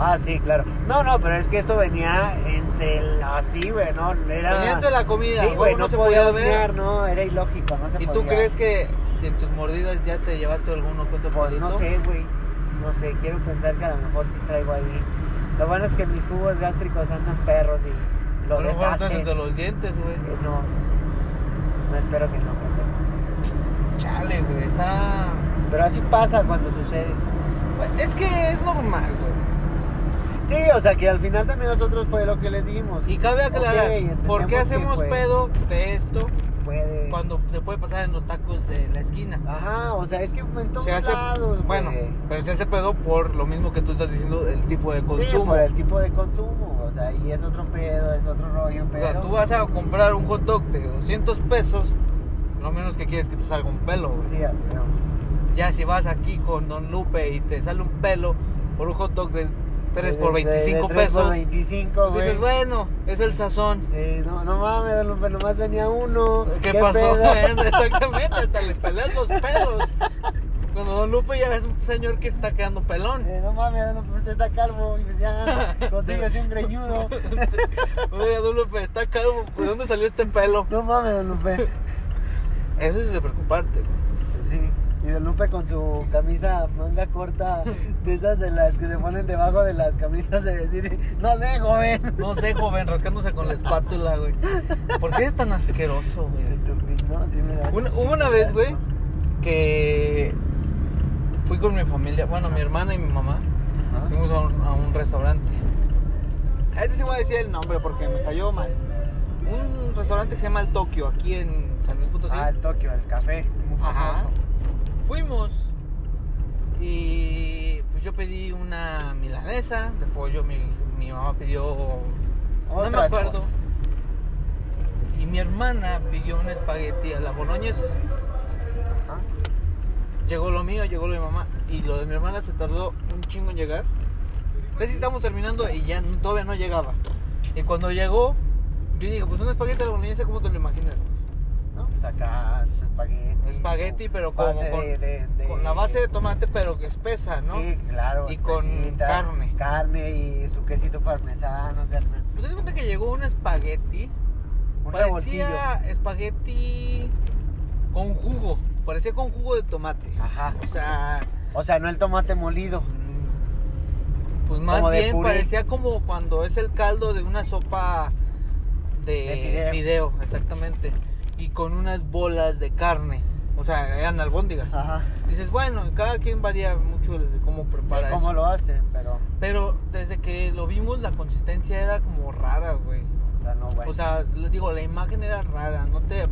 [SPEAKER 1] Ah, sí, claro. No, no, pero es que esto venía entre el- así, güey, ¿no? Era...
[SPEAKER 2] Venía entre la comida,
[SPEAKER 1] Sí,
[SPEAKER 2] luego
[SPEAKER 1] güey, no,
[SPEAKER 2] no se
[SPEAKER 1] podía
[SPEAKER 2] podía ver.
[SPEAKER 1] hornear, no, era ilógico, no se
[SPEAKER 2] ¿Y
[SPEAKER 1] podía.
[SPEAKER 2] tú crees que en tus mordidas ya te llevaste alguno que otro
[SPEAKER 1] Pues no
[SPEAKER 2] palito?
[SPEAKER 1] sé, güey. No sé, quiero pensar que a lo mejor sí traigo ahí. Lo bueno es que mis jugos gástricos andan perros y lo
[SPEAKER 2] a lo mejor estás
[SPEAKER 1] deshacen.
[SPEAKER 2] entre los dientes, güey.
[SPEAKER 1] Eh, No, no espero que no, pendejo.
[SPEAKER 2] Chale, güey, está...
[SPEAKER 1] Pero así pasa cuando sucede.
[SPEAKER 2] Güey, Es que es normal, güey.
[SPEAKER 1] Sí, o sea que al final también nosotros fue lo que les dijimos.
[SPEAKER 2] Y cabe aclarar,
[SPEAKER 1] Ok, entendemos
[SPEAKER 2] ¿por
[SPEAKER 1] que,
[SPEAKER 2] qué hacemos
[SPEAKER 1] pues,
[SPEAKER 2] pedo de esto
[SPEAKER 1] Puede.
[SPEAKER 2] cuando se puede pasar en los tacos de la esquina?
[SPEAKER 1] Ajá, o sea, es que en todos
[SPEAKER 2] se hace,
[SPEAKER 1] lados, güey.
[SPEAKER 2] bueno, pero se hace pedo por lo mismo que tú estás diciendo, el tipo de consumo.
[SPEAKER 1] Sí, por el tipo de consumo, o sea, y es otro pedo, es otro rollo,
[SPEAKER 2] O
[SPEAKER 1] pero...
[SPEAKER 2] sea, tú vas a comprar un hot dog de 200 pesos, lo menos que quieres que te salga un pelo. güey.
[SPEAKER 1] Sí, ah, pero...
[SPEAKER 2] Ya si vas aquí con Don Lupe y te sale un pelo por un hot dog de 3 por
[SPEAKER 1] de- de- de
[SPEAKER 2] 25
[SPEAKER 1] tres
[SPEAKER 2] pesos, pues
[SPEAKER 1] por 25, güey.
[SPEAKER 2] dices, bueno, es el sazón.
[SPEAKER 1] Sí, no, no mames, don Lupe, nomás venía uno.
[SPEAKER 2] ¿Qué, pasó?
[SPEAKER 1] pedo?
[SPEAKER 2] Exactamente, hasta le peleas los pelos. Cuando Don Lupe ya es un señor que está quedando pelón.
[SPEAKER 1] Eh, no mames, don Lupe, usted está calvo, y pues ya, consíguese un greñudo.
[SPEAKER 2] Oye, Don Lupe, está calvo, ¿de dónde salió este pelo?
[SPEAKER 1] No mames, don Lupe.
[SPEAKER 2] Eso es de preocuparte. güey.
[SPEAKER 1] Sí, y Don Lupe con su camisa manga corta, de esas de las que se ponen debajo de las camisas de decir, no sé, joven.
[SPEAKER 2] No sé, joven, rascándose con la espátula, güey. ¿Por qué es tan asqueroso, güey?
[SPEAKER 1] No, sí me da
[SPEAKER 2] Una-
[SPEAKER 1] mucho
[SPEAKER 2] hubo una vez,
[SPEAKER 1] asco.
[SPEAKER 2] güey, que fui con mi familia, bueno, mi hermana y mi mamá,
[SPEAKER 1] Ajá.
[SPEAKER 2] fuimos a un, a un restaurante. A ese sí voy a decir el nombre porque me cayó mal. Un restaurante que se llama El Tokio, aquí en San Luis Potosí.
[SPEAKER 1] Ah, el Tokio, el café, muy
[SPEAKER 2] Ajá.
[SPEAKER 1] famoso.
[SPEAKER 2] Fuimos y pues yo pedí una milanesa de pollo, mi, mi mamá pidió No me
[SPEAKER 1] Otras
[SPEAKER 2] acuerdo.
[SPEAKER 1] cosas.
[SPEAKER 2] Y mi hermana pidió un espagueti a la boloñesa.
[SPEAKER 1] Ajá.
[SPEAKER 2] Llegó lo mío, llegó lo de mi mamá. Y lo de mi hermana se tardó un chingo en llegar. Casi estamos terminando y ya n- todavía no llegaba. Y cuando llegó, yo dije, pues un espagueti a la boloñesa, ¿cómo te lo imaginas?
[SPEAKER 1] No, pues acá, su espagueti.
[SPEAKER 2] Espagueti,
[SPEAKER 1] su
[SPEAKER 2] pero como
[SPEAKER 1] base
[SPEAKER 2] con-
[SPEAKER 1] de- de- de-
[SPEAKER 2] Con la base de tomate, pero que espesa, ¿no?
[SPEAKER 1] Sí, claro.
[SPEAKER 2] Y con
[SPEAKER 1] espesita,
[SPEAKER 2] carne.
[SPEAKER 1] Carne y su quesito parmesano, carnal.
[SPEAKER 2] Pues se cuenta que llegó un espagueti.
[SPEAKER 1] Un revoltillo.
[SPEAKER 2] parecía espagueti con jugo. Parecía con jugo de tomate.
[SPEAKER 1] Ajá.
[SPEAKER 2] O sea,
[SPEAKER 1] O sea, no el tomate molido.
[SPEAKER 2] Mm, Pues más
[SPEAKER 1] Como de
[SPEAKER 2] bien
[SPEAKER 1] puré.
[SPEAKER 2] parecía como cuando es el caldo de una sopa de,
[SPEAKER 1] De fideo.
[SPEAKER 2] fideo, exactamente. Y con unas bolas de carne. O sea, eran albóndigas.
[SPEAKER 1] Ajá.
[SPEAKER 2] Dices, bueno, cada quien varía mucho de cómo
[SPEAKER 1] Para
[SPEAKER 2] prepara
[SPEAKER 1] cómo
[SPEAKER 2] eso.
[SPEAKER 1] lo hacen, pero.
[SPEAKER 2] Pero desde que lo vimos, la consistencia era como rara, güey.
[SPEAKER 1] O sea, no, güey.
[SPEAKER 2] O sea, le digo, la imagen era rara, no te.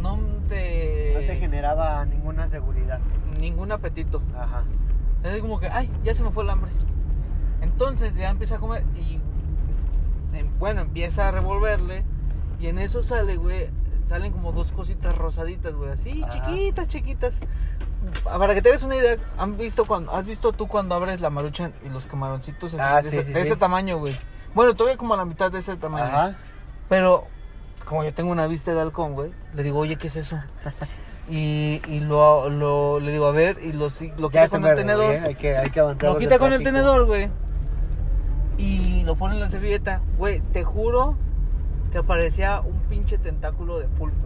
[SPEAKER 2] No te.
[SPEAKER 1] no
[SPEAKER 2] eh,
[SPEAKER 1] te generaba ninguna seguridad.
[SPEAKER 2] ningún apetito.
[SPEAKER 1] Ajá.
[SPEAKER 2] Es como que, ay, ya se me fue el hambre. Entonces ya empieza a comer y. em, bueno, empieza a revolverle. Y en eso sale, güey. Salen como dos cositas rosaditas, güey. Así,
[SPEAKER 1] Ajá.
[SPEAKER 2] chiquitas, chiquitas. Para que te des una idea, ¿han visto cuando, ¿has visto tú cuando abres la marucha y los camaroncitos así,
[SPEAKER 1] Ah,
[SPEAKER 2] de,
[SPEAKER 1] sí,
[SPEAKER 2] ese,
[SPEAKER 1] sí,
[SPEAKER 2] de
[SPEAKER 1] sí.
[SPEAKER 2] ese tamaño, güey? Bueno, todavía como a la mitad de ese tamaño.
[SPEAKER 1] Ajá.
[SPEAKER 2] Pero como yo tengo una vista de halcón, güey, le digo, oye, ¿qué es eso? Y, y lo, lo- le digo, a ver, y lo, si- lo
[SPEAKER 1] Ya
[SPEAKER 2] quita
[SPEAKER 1] está
[SPEAKER 2] con el
[SPEAKER 1] verde, güey,
[SPEAKER 2] tenedor.
[SPEAKER 1] ¿eh? Hay que, hay que avanzar.
[SPEAKER 2] Lo
[SPEAKER 1] los
[SPEAKER 2] quita
[SPEAKER 1] del
[SPEAKER 2] con el
[SPEAKER 1] tráfico.
[SPEAKER 2] tenedor, güey. Y lo pone en la servilleta. Güey, te juro que parecía un pinche tentáculo de pulpo.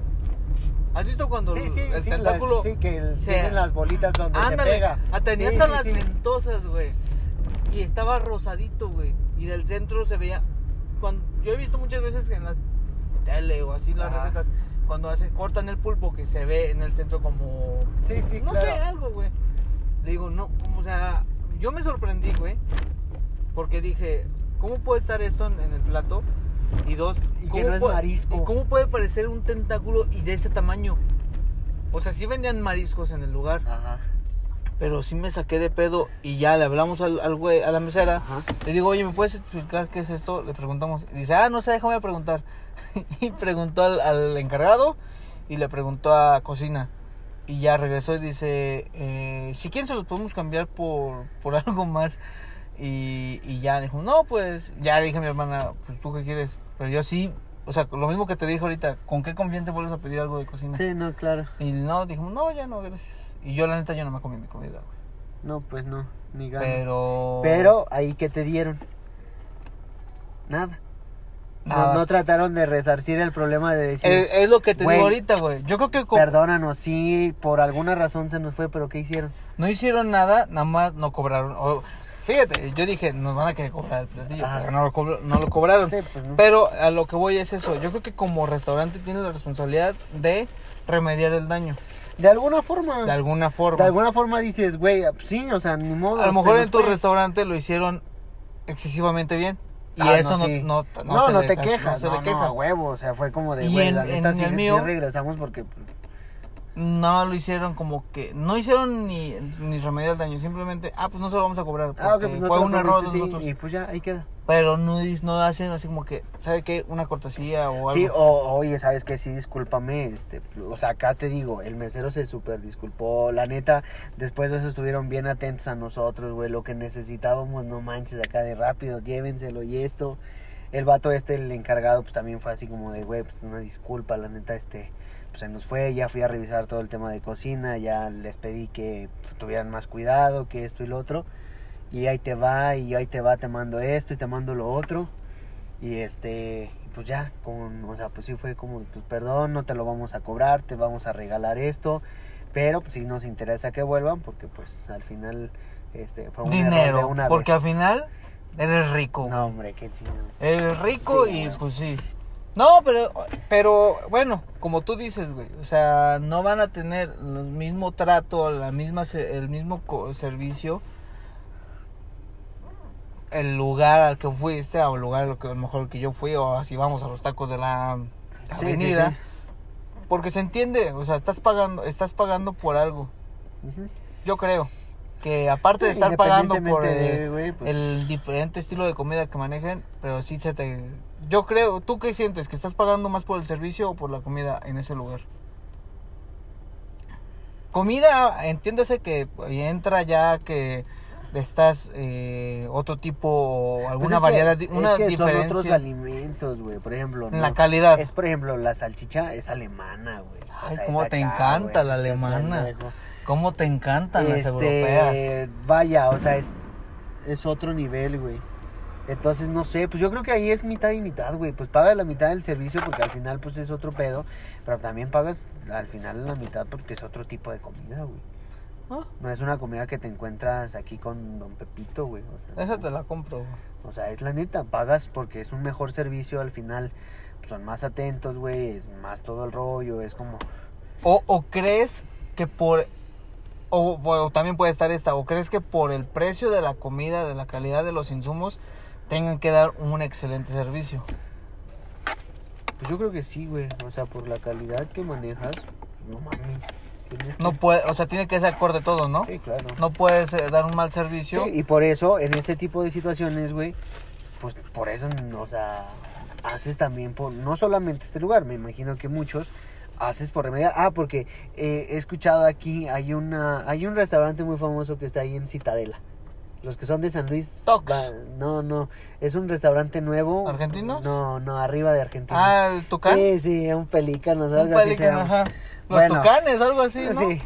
[SPEAKER 2] ¿Has visto cuando
[SPEAKER 1] Sí,
[SPEAKER 2] el-
[SPEAKER 1] sí,
[SPEAKER 2] el
[SPEAKER 1] sí, la-
[SPEAKER 2] tentáculo...
[SPEAKER 1] sí, que el-
[SPEAKER 2] se-
[SPEAKER 1] tienen las bolitas donde
[SPEAKER 2] Ándale,
[SPEAKER 1] se pega.
[SPEAKER 2] ah, tenía
[SPEAKER 1] Sí,
[SPEAKER 2] hasta
[SPEAKER 1] sí,
[SPEAKER 2] las
[SPEAKER 1] sí.
[SPEAKER 2] ventosas, güey. Y estaba rosadito, güey. Y del centro se veía. Cuando, yo he visto muchas veces que en las tele o así las
[SPEAKER 1] Ajá.
[SPEAKER 2] recetas, cuando hacen, cortan el pulpo que se ve en el centro como.
[SPEAKER 1] Sí, sí,
[SPEAKER 2] no sé,
[SPEAKER 1] claro.
[SPEAKER 2] algo, güey. Le digo, no, o sea, yo me sorprendí, güey. Porque dije, ¿cómo puede estar esto en, en el plato? Y dos,
[SPEAKER 1] Y que
[SPEAKER 2] ¿cómo
[SPEAKER 1] no es
[SPEAKER 2] puede-
[SPEAKER 1] marisco.
[SPEAKER 2] ¿y ¿Cómo puede parecer un tentáculo y de ese tamaño? O sea, sí vendían mariscos en el lugar.
[SPEAKER 1] Ajá.
[SPEAKER 2] Pero sí me saqué de pedo y ya le hablamos al, al güey, a la mesera.
[SPEAKER 1] Ajá.
[SPEAKER 2] Le digo, oye, ¿me puedes explicar qué es esto? Le preguntamos. Y dice, ah, no sé, déjame preguntar. y preguntó al, al encargado y le preguntó a cocina. Y ya regresó y dice, eh, si quieren se los podemos cambiar por, por algo más. Y, y ya dijo, no, pues, ya le dije a mi hermana, pues tú qué quieres. Pero yo sí, o sea, lo mismo que te dije ahorita, ¿con qué confianza vuelves a pedir algo de cocina?
[SPEAKER 1] Sí, no, claro.
[SPEAKER 2] Y no, dijimos, no, ya no, gracias. Y yo, la neta, yo no me comí mi comida, güey.
[SPEAKER 1] No, pues no, ni gana.
[SPEAKER 2] Pero.
[SPEAKER 1] Pero ahí que te dieron. Nada. No,
[SPEAKER 2] Nada.
[SPEAKER 1] no trataron de resarcir el problema de decir,
[SPEAKER 2] Eh, es lo que te
[SPEAKER 1] Güey.
[SPEAKER 2] digo ahorita, güey. Yo creo que co-
[SPEAKER 1] perdónanos, sí, por alguna razón se nos fue, pero ¿qué hicieron?
[SPEAKER 2] no hicieron nada, nada más no cobraron. O- fíjate, yo dije, nos van a querer cobrar el platillo,
[SPEAKER 1] Ajá.
[SPEAKER 2] pero no lo, cobr- no lo cobraron.
[SPEAKER 1] Sí, pues no.
[SPEAKER 2] Pero a lo que voy es eso. Yo creo que como restaurante tiene la responsabilidad de remediar el daño,
[SPEAKER 1] De alguna forma.
[SPEAKER 2] de alguna forma.
[SPEAKER 1] Ah. De alguna forma dices, güey, ah, sí, o sea, ni modo.
[SPEAKER 2] a lo
[SPEAKER 1] se
[SPEAKER 2] mejor
[SPEAKER 1] nos
[SPEAKER 2] en tu
[SPEAKER 1] fue.
[SPEAKER 2] restaurante lo hicieron excesivamente bien. Y
[SPEAKER 1] Ah,
[SPEAKER 2] eso no,
[SPEAKER 1] sí.
[SPEAKER 2] no,
[SPEAKER 1] no,
[SPEAKER 2] se
[SPEAKER 1] no
[SPEAKER 2] le-
[SPEAKER 1] te quejas,
[SPEAKER 2] No
[SPEAKER 1] no,
[SPEAKER 2] se le queja.
[SPEAKER 1] a huevo, o sea, fue como de,
[SPEAKER 2] Y
[SPEAKER 1] güey,
[SPEAKER 2] en-
[SPEAKER 1] la neta
[SPEAKER 2] en
[SPEAKER 1] sí,
[SPEAKER 2] el
[SPEAKER 1] sí
[SPEAKER 2] mío-
[SPEAKER 1] regresamos porque pues,
[SPEAKER 2] No lo hicieron como que. No hicieron ni, ni remedio al daño. Simplemente, ah, pues no se lo vamos a cobrar.
[SPEAKER 1] ah, ok,
[SPEAKER 2] porque
[SPEAKER 1] pues no
[SPEAKER 2] fue
[SPEAKER 1] te
[SPEAKER 2] un
[SPEAKER 1] lo
[SPEAKER 2] error de
[SPEAKER 1] comiste, sí,
[SPEAKER 2] nosotros.
[SPEAKER 1] y pues ya ahí queda.
[SPEAKER 2] Pero no, dis- no hacen así como que, ¿sabe qué? Una cortesía o algo.
[SPEAKER 1] Sí, o, oye, ¿sabes qué? Sí, discúlpame, este, o sea, acá te digo, el mesero se súper disculpó, la neta, después de eso estuvieron bien atentos a nosotros, güey, lo que necesitábamos, no manches, acá de rápido, llévenselo y esto. El vato este, el encargado, pues también fue así como de, güey, pues una disculpa, la neta, este, pues se nos fue, ya fui a revisar todo el tema de cocina, ya les pedí que pues, tuvieran más cuidado, que esto y lo otro, y ahí te va, y ahí te va, te mando esto y te mando lo otro. Y este, pues ya, con, o sea, pues sí fue como, pues perdón, no te lo vamos a cobrar, te vamos a regalar esto, pero pues sí nos interesa que vuelvan porque pues al final este fue un error de
[SPEAKER 2] Dinero.
[SPEAKER 1] una
[SPEAKER 2] porque
[SPEAKER 1] vez.
[SPEAKER 2] al final eres rico.
[SPEAKER 1] No, hombre, qué chingados.
[SPEAKER 2] Eres rico
[SPEAKER 1] Sí,
[SPEAKER 2] y
[SPEAKER 1] güey.
[SPEAKER 2] pues sí. No, pero, pero bueno, como tú dices, güey. O sea, no van a tener el mismo trato, la misma, se- el mismo co- servicio. El lugar al que fuiste, o el lugar al que a lo mejor al que yo fui, o así vamos a los tacos de la
[SPEAKER 1] Sí, sí,
[SPEAKER 2] avenida.
[SPEAKER 1] sí.
[SPEAKER 2] Porque se entiende, o sea, estás pagando, estás pagando por algo.
[SPEAKER 1] Ujú.
[SPEAKER 2] Yo creo que aparte de estar pagando por
[SPEAKER 1] Independientemente
[SPEAKER 2] eh,
[SPEAKER 1] de, güey, pues,
[SPEAKER 2] el diferente estilo de comida que manejen, pero sí se te... Yo creo, ¿tú qué sientes? ¿Que estás pagando más por el servicio o por la comida en ese lugar? Comida, entiéndase que ahí entra ya que estás eh, otro tipo o
[SPEAKER 1] pues,
[SPEAKER 2] alguna
[SPEAKER 1] es que-
[SPEAKER 2] variedad,
[SPEAKER 1] es
[SPEAKER 2] una
[SPEAKER 1] que
[SPEAKER 2] diferencia
[SPEAKER 1] son otros alimentos, güey, por ejemplo,
[SPEAKER 2] en la
[SPEAKER 1] no.
[SPEAKER 2] calidad.
[SPEAKER 1] Es por ejemplo, la salchicha es alemana, güey. O
[SPEAKER 2] Ay,
[SPEAKER 1] sea, es
[SPEAKER 2] cómo te
[SPEAKER 1] acá,
[SPEAKER 2] encanta
[SPEAKER 1] güey,
[SPEAKER 2] la
[SPEAKER 1] este
[SPEAKER 2] alemana.
[SPEAKER 1] pendejo.
[SPEAKER 2] ¿Cómo te encantan las
[SPEAKER 1] Este,
[SPEAKER 2] europeas?
[SPEAKER 1] Vaya, o sea, es, es otro nivel, güey. Entonces, no sé, pues yo creo que ahí es mitad y mitad, güey. Pues paga la mitad del servicio porque al final, pues es otro pedo. Pero también pagas al final la mitad porque es otro tipo de comida, güey.
[SPEAKER 2] Ah,
[SPEAKER 1] No es una comida que te encuentras aquí con Don Pepito, güey. O sea,
[SPEAKER 2] esa
[SPEAKER 1] no.
[SPEAKER 2] te la compro. güey.
[SPEAKER 1] O sea, es la neta, pagas porque es un mejor servicio al final. pues, Son más atentos, güey, es más todo el rollo, es como...
[SPEAKER 2] O, o crees que por. O, o también puede estar esta. O crees que por el precio de la comida, de la calidad de los insumos, tengan que dar un excelente servicio.
[SPEAKER 1] Pues yo creo que sí, güey. O sea, por la calidad que manejas, no mames. tienes que-
[SPEAKER 2] No puede, o sea, tiene que ser acorde todo, ¿no?
[SPEAKER 1] Sí, claro.
[SPEAKER 2] No puedes eh, dar un mal servicio.
[SPEAKER 1] Sí, y por eso, en este tipo de situaciones, güey, pues por eso, o sea, haces también por, no solamente este lugar, me imagino que muchos haces por remediar. Ah, porque eh, he escuchado aquí, hay una, hay un restaurante muy famoso que está ahí en Citadela. Los que son de San Luis.
[SPEAKER 2] Tox.
[SPEAKER 1] no, no. Es un restaurante nuevo.
[SPEAKER 2] ¿Argentinos?
[SPEAKER 1] No, no, arriba de Argentina.
[SPEAKER 2] Ah, el tucán.
[SPEAKER 1] pues, Sí, sí, un pelícano,
[SPEAKER 2] un
[SPEAKER 1] algo así se
[SPEAKER 2] pelícano,
[SPEAKER 1] llama.
[SPEAKER 2] ajá. Los
[SPEAKER 1] Bueno.
[SPEAKER 2] tucanes, algo así, ¿no?
[SPEAKER 1] Sí.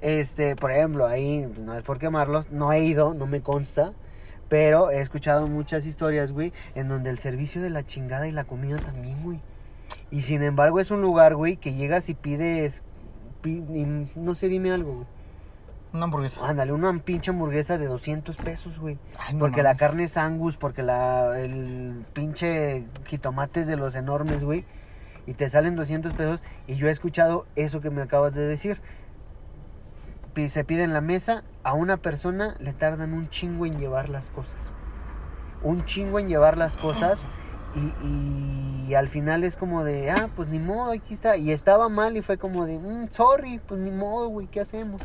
[SPEAKER 1] Este, por ejemplo, ahí no es por quemarlos, no he ido, no me consta, pero he escuchado muchas historias, güey, en donde el servicio de la chingada y la comida también, güey. Y sin embargo, es un lugar, güey, que llegas y pides pi- y no sé, dime algo, güey.
[SPEAKER 2] Una hamburguesa.
[SPEAKER 1] Ándale, una pinche hamburguesa de 200 pesos, güey.
[SPEAKER 2] Ay, no
[SPEAKER 1] porque la
[SPEAKER 2] mames.
[SPEAKER 1] carne es angus, porque la, el pinche jitomate es de los enormes, güey. Y te salen 200 pesos. Y yo he escuchado eso que me acabas de decir. Pi- Se pide en la mesa, a una persona le tardan un chingo en llevar las cosas. Un chingo en llevar las cosas. Y, y al final es como de, ah, pues ni modo, aquí está. Y estaba mal y fue como de, "Mm, sorry, pues ni modo, güey, ¿qué hacemos?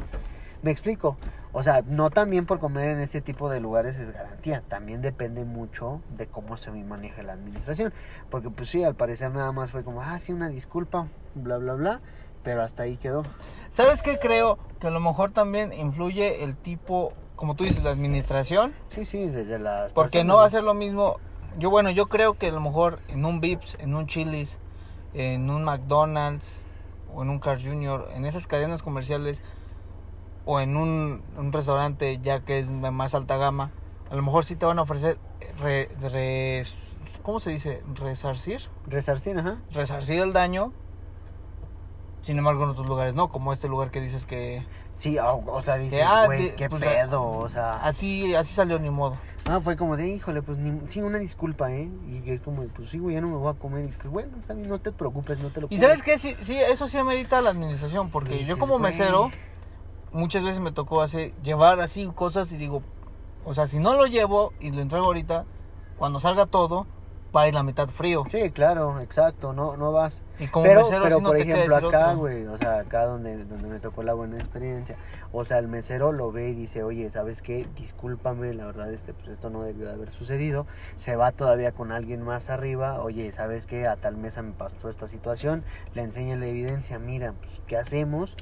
[SPEAKER 1] Me explico. O sea, no también por comer en este tipo de lugares es garantía. También depende mucho de cómo se maneja la administración. Porque pues sí, al parecer nada más fue como, ah, sí, una disculpa, bla, bla, bla. Pero hasta ahí quedó.
[SPEAKER 2] ¿Sabes qué creo? Que a lo mejor también influye el tipo, como tú dices, la administración.
[SPEAKER 1] Sí, sí, desde las...
[SPEAKER 2] Porque
[SPEAKER 1] personas,
[SPEAKER 2] no va a ser lo mismo. Yo, bueno, yo creo que a lo mejor en un Vips, en un Chili's, en un McDonald's, o en un Carl Jr., en esas cadenas comerciales, o en un, un restaurante ya que es de más alta gama, a lo mejor sí te van a ofrecer. re- re- ¿Cómo se dice? ¿Resarcir?
[SPEAKER 1] Resarcir, ajá.
[SPEAKER 2] Resarcir el daño. Sin embargo, en otros lugares no, como este lugar que dices que
[SPEAKER 1] Sí, o, o sea, dices,
[SPEAKER 2] Que, ah,
[SPEAKER 1] güey,
[SPEAKER 2] de-
[SPEAKER 1] qué
[SPEAKER 2] pues,
[SPEAKER 1] pedo, o sea...
[SPEAKER 2] así, así salió ni modo.
[SPEAKER 1] Ah, fue como de, híjole, pues ni- sí, una disculpa, ¿eh? Y es como, de, pues sí, güey, ya no me voy a comer. Y pues, bueno, está bien, no te preocupes, no te lo
[SPEAKER 2] Y sabes qué, sí, sí, eso sí amerita la administración, porque
[SPEAKER 1] Dices,
[SPEAKER 2] yo como
[SPEAKER 1] "Güey".
[SPEAKER 2] mesero muchas veces me tocó hacer, llevar así cosas y digo, o sea, si no lo llevo y lo entrego ahorita, cuando salga todo, va a ir la mitad frío.
[SPEAKER 1] Sí, claro, exacto, no, no vas...
[SPEAKER 2] Y como
[SPEAKER 1] pero,
[SPEAKER 2] mesero
[SPEAKER 1] pero
[SPEAKER 2] sí no
[SPEAKER 1] por
[SPEAKER 2] te queda
[SPEAKER 1] ejemplo,
[SPEAKER 2] decir
[SPEAKER 1] acá,
[SPEAKER 2] otro.
[SPEAKER 1] güey, o sea, acá donde, donde me tocó la buena experiencia, o sea, el mesero lo ve y dice, oye, ¿sabes qué? Discúlpame, la verdad, este, pues esto no debió de haber sucedido, se va todavía con alguien más arriba, oye, ¿sabes qué? A tal mesa me pasó esta situación, le enseña la evidencia, mira, pues, ¿qué hacemos?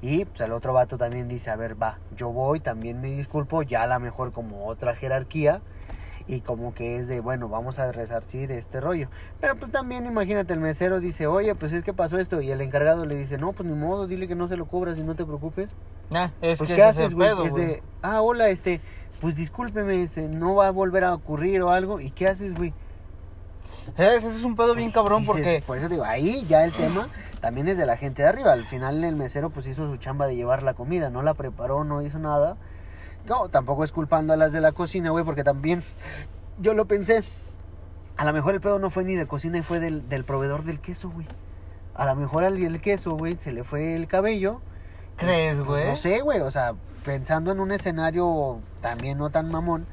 [SPEAKER 1] Y pues el otro vato también dice, a ver, va, yo voy, también me disculpo, ya a lo mejor como otra jerarquía, y como que es de, bueno, vamos a resarcir este rollo. Pero pues también imagínate, el mesero dice, oye, pues es que pasó esto. Y el encargado le dice, no, pues ni modo, dile que no se lo cobras y no te preocupes.
[SPEAKER 2] Ah, es
[SPEAKER 1] pues
[SPEAKER 2] que
[SPEAKER 1] ¿qué
[SPEAKER 2] ese es el
[SPEAKER 1] haces, güey?
[SPEAKER 2] pedo,
[SPEAKER 1] Es de,
[SPEAKER 2] güey.
[SPEAKER 1] ah, hola, este, pues discúlpeme, este, no va a volver a ocurrir o algo. ¿Y qué haces, güey?
[SPEAKER 2] ¿Sabes? Ese es un pedo bien cabrón
[SPEAKER 1] Pues, Dices,
[SPEAKER 2] porque...
[SPEAKER 1] Por eso digo, ahí ya el tema también es de la gente de arriba. Al final el mesero pues hizo su chamba de llevar la comida, no la preparó, no hizo nada. No, tampoco es culpando a las de la cocina, güey, porque también yo lo pensé. A lo mejor el pedo no fue ni de cocina y fue del, del proveedor del queso, güey. A lo mejor al el queso, güey, se le fue el cabello.
[SPEAKER 2] ¿Crees,
[SPEAKER 1] Pues,
[SPEAKER 2] güey?
[SPEAKER 1] no sé, güey, o sea, pensando en un escenario también no tan mamón.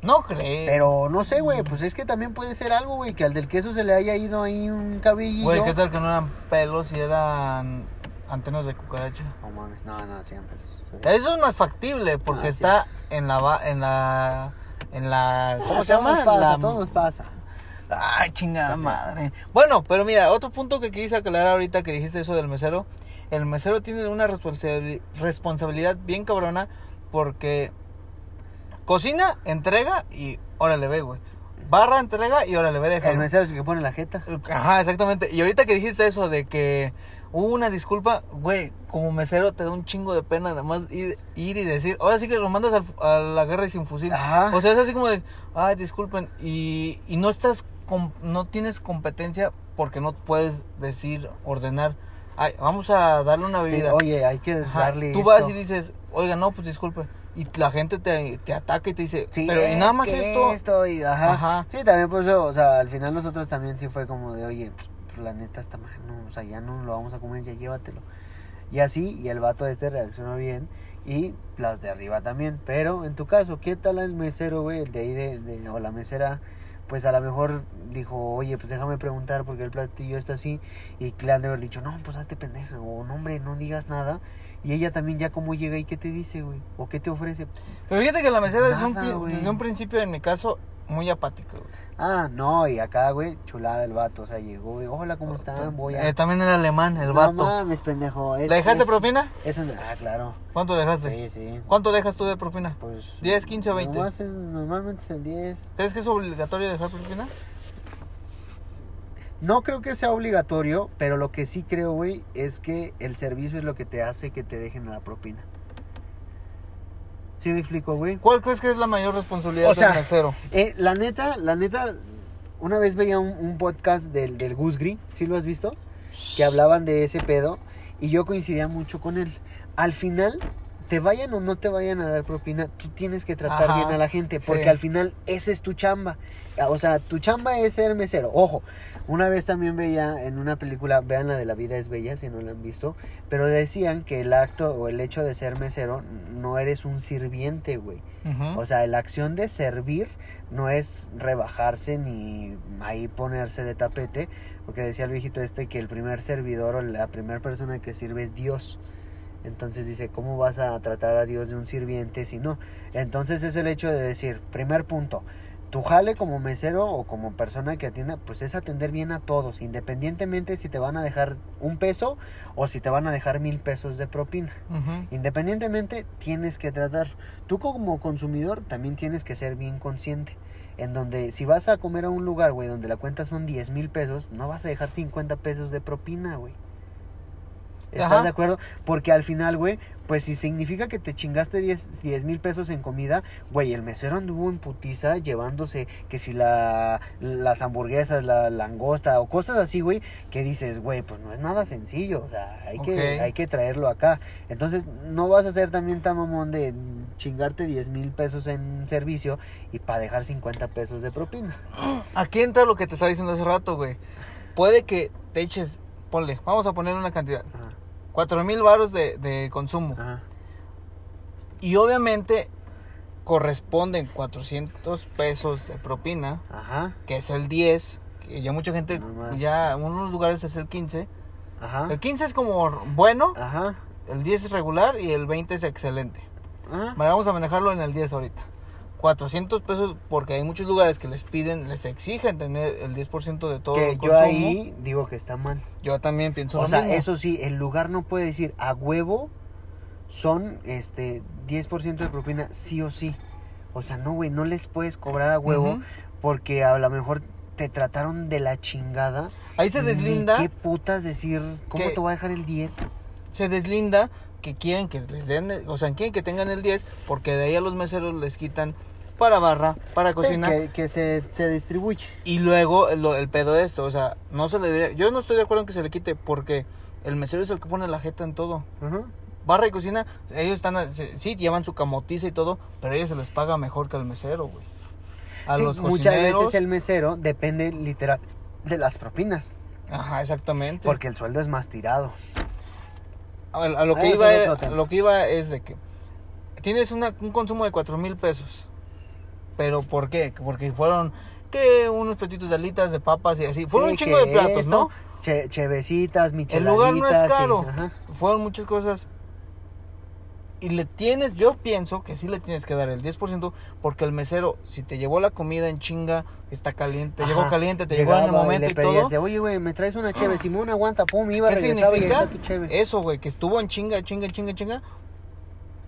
[SPEAKER 2] No crees.
[SPEAKER 1] Pero no sé, güey, pues es que también puede ser algo, güey, que al del queso se le haya ido ahí un cabellillo.
[SPEAKER 2] Güey, ¿qué tal que no eran pelos y eran antenas de cucaracha?
[SPEAKER 1] No mames, no, no, siempre.
[SPEAKER 2] Eso es más factible porque
[SPEAKER 1] Ah, sí.
[SPEAKER 2] está en la va- en la en la ¿cómo
[SPEAKER 1] A
[SPEAKER 2] se llama?
[SPEAKER 1] Ah, Todos nos pasa, a
[SPEAKER 2] La-
[SPEAKER 1] todos nos pasa.
[SPEAKER 2] Ay, chingada madre. Bueno, pero mira, otro punto que quise aclarar ahorita que dijiste eso del mesero, el mesero tiene una responsabili- responsabilidad bien cabrona porque cocina, entrega y órale ve, güey. Barra, entrega y órale ve, deja.
[SPEAKER 1] El mesero es el que pone la jeta.
[SPEAKER 2] Ajá, exactamente. Y ahorita que dijiste eso de que hubo una disculpa, güey, como mesero te da un chingo de pena nada más ir, ir y decir, ahora sí que lo mandas al- a la guerra y sin fusil.
[SPEAKER 1] Ajá.
[SPEAKER 2] O sea, es así como de, ay, disculpen, y, y no estás, com- no tienes competencia porque no puedes decir, ordenar. "Ay, vamos a darle una
[SPEAKER 1] Sí,
[SPEAKER 2] bebida.
[SPEAKER 1] oye, hay que
[SPEAKER 2] Ajá,
[SPEAKER 1] darle.
[SPEAKER 2] Tú vas
[SPEAKER 1] esto.
[SPEAKER 2] y dices, oiga, no, pues disculpe. Y la gente te, te ataca y te dice,
[SPEAKER 1] Sí,
[SPEAKER 2] pero y
[SPEAKER 1] es
[SPEAKER 2] nada más
[SPEAKER 1] que
[SPEAKER 2] esto.
[SPEAKER 1] y ajá.
[SPEAKER 2] Ajá.
[SPEAKER 1] Sí, también por eso, o sea, al final nosotros también sí fue como de, oye, pues, la neta está mal, no, o sea, ya no lo vamos a comer, ya llévatelo. Y así, y el vato este reaccionó bien, y las de arriba también. Pero en tu caso, ¿qué tal el mesero, güey? El de ahí, de, de- o la mesera, pues a lo mejor dijo, oye, pues déjame preguntar porque el platillo está así. Y le han de haber dicho, no, pues hazte pendeja, o no, hombre, no digas nada. Y ella también ya como llega y qué te dice, güey, o qué te ofrece.
[SPEAKER 2] Pero fíjate que la mesera desde, un,
[SPEAKER 1] Nada,
[SPEAKER 2] pri-
[SPEAKER 1] güey.
[SPEAKER 2] desde un principio, en mi caso, muy apática. güey.
[SPEAKER 1] Ah, no, y acá, güey, chulada el vato. O sea, llegó, güey, hola, ¿cómo están? Voy a.
[SPEAKER 2] Eh, también era alemán, el
[SPEAKER 1] No
[SPEAKER 2] vato.
[SPEAKER 1] mames, pendejo. es-
[SPEAKER 2] ¿Le dejaste
[SPEAKER 1] es-
[SPEAKER 2] propina?
[SPEAKER 1] Es un... Ah, claro.
[SPEAKER 2] ¿Cuánto dejaste?
[SPEAKER 1] Sí, sí.
[SPEAKER 2] ¿Cuánto dejas tú de propina?
[SPEAKER 1] Pues.
[SPEAKER 2] 10, 15 o 20.
[SPEAKER 1] nomás es- normalmente es el 10.
[SPEAKER 2] ¿Crees que es obligatorio dejar propina?
[SPEAKER 1] No creo que sea obligatorio, pero lo que sí creo, güey, es que el servicio es lo que te hace que te dejen la propina. ¿Sí me explico, güey?
[SPEAKER 2] ¿Cuál crees que es la mayor responsabilidad
[SPEAKER 1] O sea,
[SPEAKER 2] del mesero?
[SPEAKER 1] Eh, la neta, la neta, una vez veía un, un podcast del, del Gus Gris, ¿sí lo has visto? Que hablaban de ese pedo y yo coincidía mucho con él. Al final, te vayan o no te vayan a dar propina, tú tienes que tratar
[SPEAKER 2] Ajá,
[SPEAKER 1] bien a la gente, porque
[SPEAKER 2] sí.
[SPEAKER 1] al final esa es tu chamba. O sea, tu chamba es ser mesero. Ojo, una vez también veía en una película, vean la de La vida es bella si no la han visto, pero decían que el acto o el hecho de ser mesero no eres un sirviente, güey.
[SPEAKER 2] Ujú.
[SPEAKER 1] O sea, la acción de servir no es rebajarse ni ahí ponerse de tapete, porque decía el viejito este que el primer servidor o la primera persona que sirve es Dios. Entonces dice, ¿cómo vas a tratar a Dios de un sirviente si no? Entonces es el hecho de decir, primer punto, tu jale como mesero o como persona que atienda, pues es atender bien a todos, independientemente si te van a dejar un peso o si te van a dejar mil pesos de propina.
[SPEAKER 2] Ujú.
[SPEAKER 1] Independientemente, tienes que tratar. Tú como consumidor también tienes que ser bien consciente. En donde si vas a comer a un lugar, güey, donde la cuenta son 10 mil pesos, no vas a dejar 50 pesos de propina, güey. ¿Estás
[SPEAKER 2] Ajá.
[SPEAKER 1] de acuerdo? Porque al final, güey, pues si significa que te chingaste 10 mil pesos en comida, güey, el mesero anduvo en putiza llevándose que si la, las hamburguesas, la langosta o cosas así, güey, que dices, güey, pues no es nada sencillo, o sea, hay, que,
[SPEAKER 2] Ok.
[SPEAKER 1] hay que traerlo acá. Entonces, no vas a ser también tan mamón de chingarte 10 mil pesos en servicio y para dejar 50 pesos de propina.
[SPEAKER 2] Aquí entra lo que te estaba diciendo hace rato, güey. Puede que te eches, ponle, vamos a poner una cantidad,
[SPEAKER 1] Ajá,
[SPEAKER 2] cuatro mil baros de, de consumo.
[SPEAKER 1] ajá.
[SPEAKER 2] Y obviamente corresponden 400 pesos de propina,
[SPEAKER 1] Ajá,
[SPEAKER 2] que es el 10, que ya mucha gente,
[SPEAKER 1] Normal.
[SPEAKER 2] ya en unos lugares es el 15.
[SPEAKER 1] ajá,
[SPEAKER 2] El 15 es como bueno,
[SPEAKER 1] ajá,
[SPEAKER 2] el 10 es regular y el 20 es excelente.
[SPEAKER 1] ajá.
[SPEAKER 2] Vale, Vamos a manejarlo en el 10 ahorita. 400 pesos porque hay muchos lugares que les piden, les exigen tener el 10% de todo
[SPEAKER 1] Que
[SPEAKER 2] el
[SPEAKER 1] yo
[SPEAKER 2] consumo.
[SPEAKER 1] ahí digo que está mal.
[SPEAKER 2] Yo también pienso
[SPEAKER 1] O
[SPEAKER 2] lo
[SPEAKER 1] sea,
[SPEAKER 2] mismo.
[SPEAKER 1] eso sí, el lugar no puede decir a huevo son este 10% de propina sí o sí. O sea, no, güey, no les puedes cobrar a huevo
[SPEAKER 2] Ujú.
[SPEAKER 1] porque a lo mejor te trataron de la chingada.
[SPEAKER 2] Ahí se
[SPEAKER 1] Ni
[SPEAKER 2] deslinda,
[SPEAKER 1] ¿Qué putas decir? ¿Cómo
[SPEAKER 2] que-
[SPEAKER 1] te voy a dejar el 10?
[SPEAKER 2] se deslinda que quieren que les den, el- o sea, quieren que tengan el 10 porque de ahí a los meseros les quitan para barra, para cocina
[SPEAKER 1] Sí, que, que se, se distribuye.
[SPEAKER 2] y luego el, lo- el pedo de esto, o sea, no se le debería- yo no estoy de acuerdo en que se le quite porque el mesero es el que pone la jeta en todo.
[SPEAKER 1] Ajá.
[SPEAKER 2] Barra y cocina, ellos están, a- se- sí, llevan su camotiza y todo, pero ellos se les paga mejor que al mesero, güey. A
[SPEAKER 1] Sí,
[SPEAKER 2] los
[SPEAKER 1] muchas
[SPEAKER 2] cocineros.
[SPEAKER 1] veces el mesero depende literal de las propinas,
[SPEAKER 2] Ajá, exactamente.
[SPEAKER 1] porque el sueldo es más tirado.
[SPEAKER 2] A, a lo
[SPEAKER 1] Ah,
[SPEAKER 2] que
[SPEAKER 1] ese
[SPEAKER 2] iba
[SPEAKER 1] es
[SPEAKER 2] era-
[SPEAKER 1] otro tema.
[SPEAKER 2] lo que iba es de que tienes una- un consumo de cuatro mil pesos. Pero ¿por qué? Porque fueron que unos platitos de alitas, de papas y así. Fueron
[SPEAKER 1] Sí,
[SPEAKER 2] un chingo de
[SPEAKER 1] que
[SPEAKER 2] platos,
[SPEAKER 1] esto,
[SPEAKER 2] ¿no?
[SPEAKER 1] che- chevecitas,
[SPEAKER 2] El
[SPEAKER 1] micheladitas.
[SPEAKER 2] lugar no es
[SPEAKER 1] sí,
[SPEAKER 2] caro.
[SPEAKER 1] ajá.
[SPEAKER 2] Fueron muchas cosas. Y le tienes, yo pienso que sí le tienes que dar el 10% porque el mesero, si te llevó la comida en chinga, está caliente, te llegó
[SPEAKER 1] Ajá.
[SPEAKER 2] caliente, te
[SPEAKER 1] Llegaba
[SPEAKER 2] llegó en el momento
[SPEAKER 1] le
[SPEAKER 2] y
[SPEAKER 1] pedías
[SPEAKER 2] todo.
[SPEAKER 1] de, Oye, güey, me traes una cheve. Simón, aguanta, pum, iba,
[SPEAKER 2] ¿Qué
[SPEAKER 1] regresaba y ahí
[SPEAKER 2] significa?
[SPEAKER 1] está tu cheve.
[SPEAKER 2] Eso, güey, que estuvo en chinga, chinga, chinga, chinga.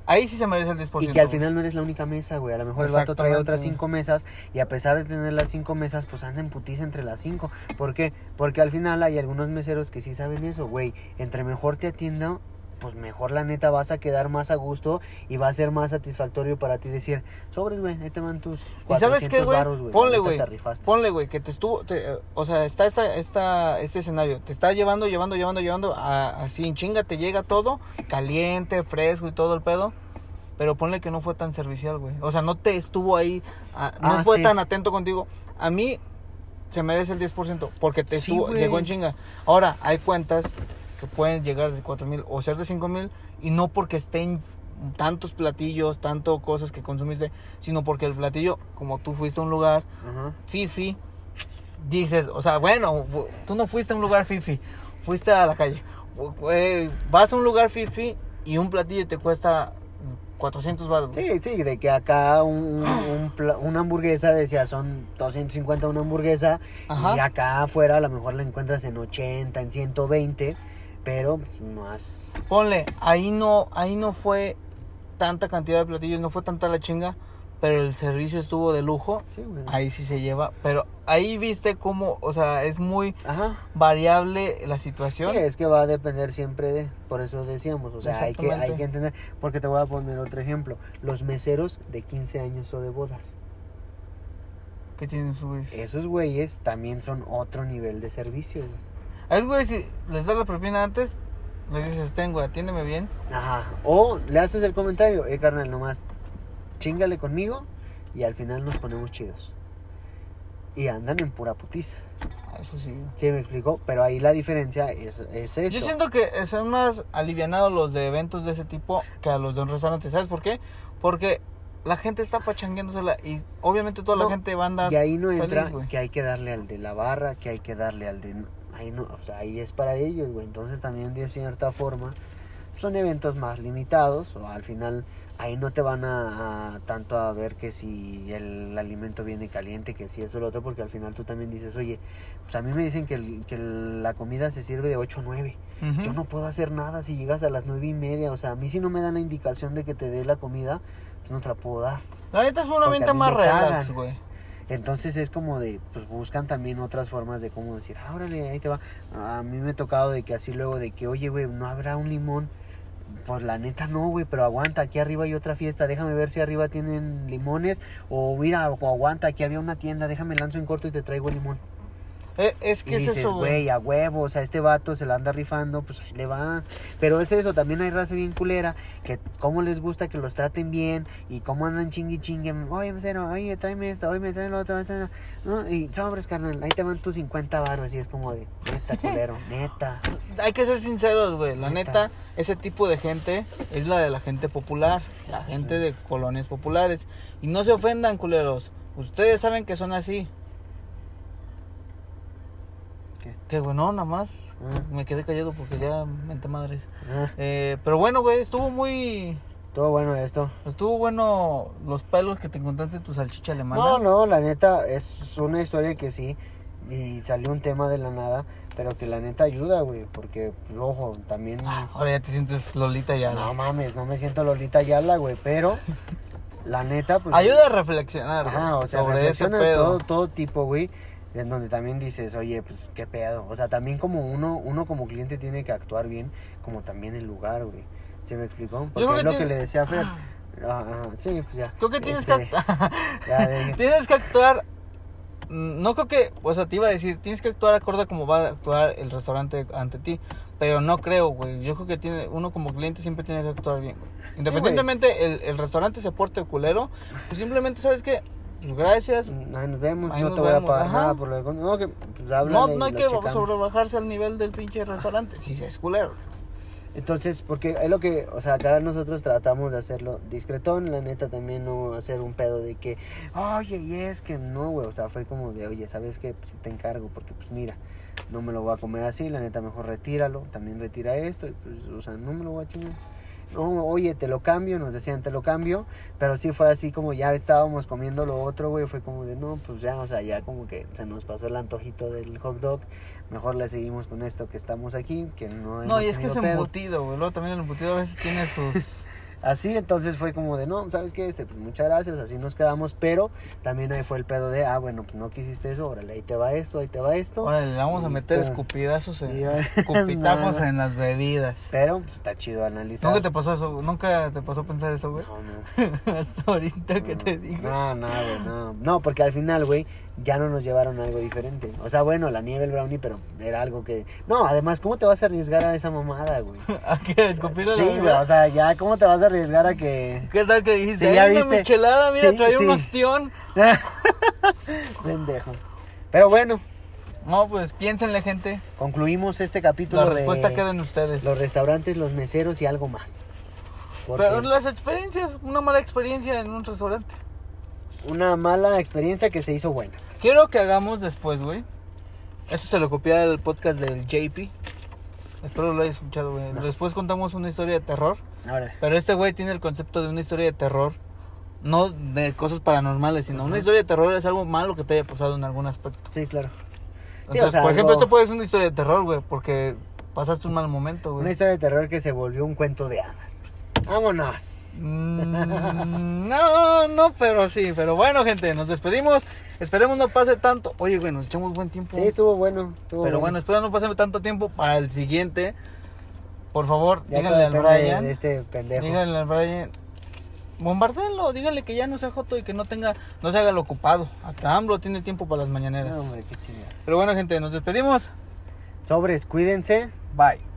[SPEAKER 2] Ahí sí se merece el 10%.
[SPEAKER 1] Y que al
[SPEAKER 2] güey.
[SPEAKER 1] final no eres la única mesa, güey. A lo mejor el vato trae otras
[SPEAKER 2] Exactamente.
[SPEAKER 1] cinco mesas y a pesar de tener las cinco mesas, pues anda en putiza entre las cinco. ¿Por qué? Porque al final hay algunos meseros que sí saben eso, güey. Entre mejor te atienda, pues mejor la neta vas a quedar más a gusto y va a ser más satisfactorio para ti decir, sobres, güey, ahí te van tus
[SPEAKER 2] ¿Y
[SPEAKER 1] 400
[SPEAKER 2] sabes qué, güey?
[SPEAKER 1] varos, güey. La
[SPEAKER 2] Ponle,
[SPEAKER 1] neta
[SPEAKER 2] güey.
[SPEAKER 1] te rifaste.
[SPEAKER 2] Ponle, güey, que te estuvo. te, eh, o sea, está esta, esta, este escenario. Te está llevando, llevando, llevando, llevando. a- así en chinga te llega todo. Caliente, fresco y todo el pedo. Pero ponle que no fue tan servicial, güey. O sea, no te estuvo ahí. ah, no
[SPEAKER 1] Ah,
[SPEAKER 2] fue
[SPEAKER 1] sí.
[SPEAKER 2] tan atento contigo. A mí se merece el 10% porque te
[SPEAKER 1] Sí,
[SPEAKER 2] estuvo,
[SPEAKER 1] güey.
[SPEAKER 2] llegó en chinga. Ahora, hay cuentas que pueden llegar de 4 mil o ser de 5 mil y no porque estén tantos platillos, tanto cosas que consumiste, sino porque el platillo, como tú fuiste a un lugar
[SPEAKER 1] Ajá.
[SPEAKER 2] fifi, dices, o sea, bueno, fu- tú no fuiste a un lugar fifi, fuiste a la calle. Fu- güey, vas a un lugar fifi y un platillo te cuesta 400 baros.
[SPEAKER 1] Sí, sí, de que acá un, un- un pla- una hamburguesa, decía, son 250 una hamburguesa,
[SPEAKER 2] Ajá.
[SPEAKER 1] y acá afuera a lo mejor la encuentras en 80, en 120, pero pues, más...
[SPEAKER 2] Ponle, ahí no, ahí no fue tanta cantidad de platillos, no fue tanta la chinga, pero el servicio estuvo de lujo.
[SPEAKER 1] Sí, güey.
[SPEAKER 2] Ahí sí se lleva, pero ahí viste cómo, o sea, es muy
[SPEAKER 1] Ajá.
[SPEAKER 2] variable la situación.
[SPEAKER 1] Sí, es que va a depender siempre de, por eso decíamos, o sea, hay que, hay
[SPEAKER 2] Exactamente.
[SPEAKER 1] que entender, porque te voy a poner otro ejemplo, los meseros de 15 años o de bodas,
[SPEAKER 2] que tienen su
[SPEAKER 1] esos güeyes también son otro nivel de servicio, güey.
[SPEAKER 2] A esos güeyes, si les das la propina antes, les dices, ten, güey, atiéndeme bien.
[SPEAKER 1] Ajá, o le haces el comentario, eh carnal, nomás, chingale conmigo y al final nos ponemos chidos. Y andan en pura putiza.
[SPEAKER 2] Ah, Eso sí.
[SPEAKER 1] ¿Sí me explicó? Pero ahí la diferencia es, es esto.
[SPEAKER 2] Yo siento que son más alivianados los de eventos de ese tipo que a los de un restaurante. ¿Sabes por qué? Porque la gente está pachangueándosela y obviamente toda
[SPEAKER 1] No,
[SPEAKER 2] la gente va a andar.
[SPEAKER 1] Y ahí no
[SPEAKER 2] feliz,
[SPEAKER 1] entra
[SPEAKER 2] güey.
[SPEAKER 1] que hay que darle al de la barra, que hay que darle al de... Ahí no, o sea, ahí es para ellos, güey. Entonces también de cierta forma son eventos más limitados o al final ahí no te van a, a tanto a ver que si el alimento viene caliente, que si eso o lo otro, porque al final tú también dices, oye, pues a mí me dicen que, el- que el- la comida se sirve de 8 a 9.
[SPEAKER 2] Ujú.
[SPEAKER 1] Yo no puedo hacer nada si llegas a las 9 y media. O sea, a mí si no me dan la indicación de que te dé la comida, pues no te la puedo dar.
[SPEAKER 2] La neta es
[SPEAKER 1] Porque
[SPEAKER 2] una
[SPEAKER 1] a
[SPEAKER 2] venta
[SPEAKER 1] mí
[SPEAKER 2] más
[SPEAKER 1] me
[SPEAKER 2] relax,
[SPEAKER 1] cagan.
[SPEAKER 2] güey.
[SPEAKER 1] Entonces es como de, pues buscan también otras formas de cómo decir, ah, órale, ahí te va. A mí me ha tocado de que así luego de que, oye, güey, ¿no habrá un limón? Pues la neta no, güey, pero aguanta, aquí arriba hay otra fiesta, déjame ver si arriba tienen limones. O mira, o aguanta, aquí había una tienda, déjame lanzo en corto y te traigo el limón.
[SPEAKER 2] Eh, es
[SPEAKER 1] Y
[SPEAKER 2] que es
[SPEAKER 1] dices,
[SPEAKER 2] eso, güey.
[SPEAKER 1] güey, a huevo, o sea, este vato se la anda rifando, pues ahí le va. Pero es eso, también hay raza bien culera, que cómo les gusta que los traten bien y cómo andan chingui chingue. Oye, mesero, oye, tráeme esto, oye, me trae lo otro. esto, ¿no? Y sobres, carnal, ahí te van tus 50 barros y es como de, neta, culero, neta.
[SPEAKER 2] Hay que ser sinceros, güey. La
[SPEAKER 1] Neta.
[SPEAKER 2] neta, ese tipo de gente es la de la gente popular, la gente de colonias populares. Y no se ofendan, culeros. Ustedes saben que son así.
[SPEAKER 1] ¿Qué?
[SPEAKER 2] Que bueno, nada más.
[SPEAKER 1] Ah.
[SPEAKER 2] Me quedé callado porque ya mente madres.
[SPEAKER 1] Ah,
[SPEAKER 2] Eh, pero bueno, güey, estuvo muy.
[SPEAKER 1] todo bueno esto.
[SPEAKER 2] Estuvo bueno los pelos que te encontraste en tu salchicha alemana.
[SPEAKER 1] No, no, la neta, es una historia que sí, y salió un tema de la nada, pero que la neta ayuda, güey, porque, pues, ojo, también...
[SPEAKER 2] Ah, Ahora ya te sientes Lolita ya.
[SPEAKER 1] No
[SPEAKER 2] güey.
[SPEAKER 1] mames, no me siento Lolita Yala, güey, pero la neta, pues.
[SPEAKER 2] Ayuda a reflexionar.
[SPEAKER 1] Ajá,
[SPEAKER 2] güey,
[SPEAKER 1] o sea,
[SPEAKER 2] sobre ese
[SPEAKER 1] reflexionas
[SPEAKER 2] pedo.
[SPEAKER 1] todo, todo tipo, güey. En donde también dices, oye, pues qué pedo. O sea, también como uno, uno como cliente tiene que actuar bien, como también el lugar, güey. ¿Se me explicó? Porque
[SPEAKER 2] creo
[SPEAKER 1] es
[SPEAKER 2] que
[SPEAKER 1] lo
[SPEAKER 2] tiene-
[SPEAKER 1] que le decía a Fer. Ajá, sí, pues ya.
[SPEAKER 2] Creo que tienes
[SPEAKER 1] Este,
[SPEAKER 2] que actuar.
[SPEAKER 1] ya, de-
[SPEAKER 2] tienes que actuar. mm, No creo que. O sea, te iba a decir, tienes que actuar acorde a cómo va a actuar el restaurante ante ti. Pero no creo, güey. Yo creo que tiene, uno como cliente siempre tiene que actuar bien, güey. Independientemente el, el restaurante se porte culero, pues simplemente, ¿sabes qué? Pues gracias.
[SPEAKER 1] ahí nos vemos,
[SPEAKER 2] Ahí
[SPEAKER 1] no
[SPEAKER 2] nos
[SPEAKER 1] te voy a
[SPEAKER 2] vemos,
[SPEAKER 1] pagar
[SPEAKER 2] ajá.
[SPEAKER 1] nada por lo de. No, que pues
[SPEAKER 2] No,
[SPEAKER 1] háblale y
[SPEAKER 2] no hay
[SPEAKER 1] lo
[SPEAKER 2] que
[SPEAKER 1] checamos.
[SPEAKER 2] sobrebajarse al nivel del pinche restaurante. Si es culero.
[SPEAKER 1] Entonces, porque es lo que, o sea, acá nosotros tratamos de hacerlo discretón, la neta también no hacer un pedo de que, oye, y es que no, güey, o sea, fue como de, oye, ¿sabes qué? Pues sí te encargo, porque pues mira, no me lo voy a comer así, la neta mejor retíralo, también retira esto, y, pues, o sea, no me lo voy a chingar. No, oye, te lo cambio, nos decían, te lo cambio, pero sí fue así como ya estábamos comiendo lo otro, güey, fue como de, no, pues ya, o sea, ya como que se nos pasó el antojito del hot dog, mejor le seguimos con esto que estamos aquí, que no
[SPEAKER 2] No,
[SPEAKER 1] hemos
[SPEAKER 2] y es que es
[SPEAKER 1] tenido pues pedo.
[SPEAKER 2] embutido, güey. Luego también el embutido a veces tiene sus.
[SPEAKER 1] Así, entonces fue como de, no, ¿sabes qué? Este, pues muchas gracias, así nos quedamos, pero también ahí fue el pedo de, ah, bueno, pues no quisiste eso, órale, ahí te va esto, ahí te va esto.
[SPEAKER 2] Ahora le vamos a
[SPEAKER 1] Y
[SPEAKER 2] meter
[SPEAKER 1] pum.
[SPEAKER 2] escupidazos, en,
[SPEAKER 1] Y ahora-
[SPEAKER 2] escupitajos
[SPEAKER 1] nada.
[SPEAKER 2] en las bebidas.
[SPEAKER 1] Pero, pues está chido analizar.
[SPEAKER 2] ¿Nunca te pasó eso? ¿Nunca te pasó pensar eso, güey?
[SPEAKER 1] No, no.
[SPEAKER 2] Hasta ahorita que te
[SPEAKER 1] No,
[SPEAKER 2] digo.
[SPEAKER 1] No, no, güey, no. No, porque al final, güey, ya no nos llevaron a algo diferente. O sea, bueno, la nieve, el brownie, pero era algo que... No, además, ¿cómo te vas a arriesgar a esa mamada, güey?
[SPEAKER 2] ¿A qué? ¿Escupir a la
[SPEAKER 1] Sí, güey,
[SPEAKER 2] bebida?
[SPEAKER 1] o sea, ya, ¿cómo te vas a arriesgar a que...
[SPEAKER 2] ¿Qué tal que dijiste?
[SPEAKER 1] Sí, ya
[SPEAKER 2] "Ay, una
[SPEAKER 1] viste.
[SPEAKER 2] michelada, mira,
[SPEAKER 1] Sí,
[SPEAKER 2] trae
[SPEAKER 1] sí.
[SPEAKER 2] un ostión.
[SPEAKER 1] Pendejo. Pero bueno,
[SPEAKER 2] No, pues piénsenle, gente.
[SPEAKER 1] concluimos este
[SPEAKER 2] La
[SPEAKER 1] capítulo
[SPEAKER 2] respuesta
[SPEAKER 1] de
[SPEAKER 2] queda en ustedes.
[SPEAKER 1] los restaurantes, los meseros y algo más. Porque
[SPEAKER 2] Pero las experiencias, una mala experiencia en un restaurante.
[SPEAKER 1] una mala experiencia que se hizo buena.
[SPEAKER 2] Quiero que hagamos después, güey. Esto se lo copié al podcast del JP. Espero lo hayas escuchado, güey. Después contamos una historia de terror.
[SPEAKER 1] Ahora,
[SPEAKER 2] Pero este güey tiene el concepto de una historia de terror. No de cosas paranormales, sino una historia de terror es algo malo que te haya pasado en algún aspecto.
[SPEAKER 1] sí, claro. Sí,
[SPEAKER 2] Entonces,
[SPEAKER 1] o sea,
[SPEAKER 2] por ejemplo,
[SPEAKER 1] algo-
[SPEAKER 2] esto puede ser una historia de terror, güey, porque pasaste un mal momento,
[SPEAKER 1] Una
[SPEAKER 2] güey.
[SPEAKER 1] historia de terror que se volvió un cuento de hadas. Vámonos.
[SPEAKER 2] Mm, No, no, pero sí. Pero bueno, gente, nos despedimos. Esperemos no pase tanto. Oye, güey, nos echamos buen tiempo.
[SPEAKER 1] Sí, estuvo bueno. estuvo
[SPEAKER 2] Pero bueno, espero no pasarme tanto tiempo para el siguiente. Por favor,
[SPEAKER 1] Ya
[SPEAKER 2] díganle al
[SPEAKER 1] todo depende
[SPEAKER 2] Brian.
[SPEAKER 1] De este pendejo.
[SPEAKER 2] Díganle al Brian. Bombardéenlo, díganle que ya no sea joto y que no tenga, no se haga el ocupado. Hasta AMLO tiene tiempo para las mañaneras.
[SPEAKER 1] No, hombre, qué chingados.
[SPEAKER 2] Pero bueno, gente, nos despedimos.
[SPEAKER 1] Sobres, cuídense.
[SPEAKER 2] Bye.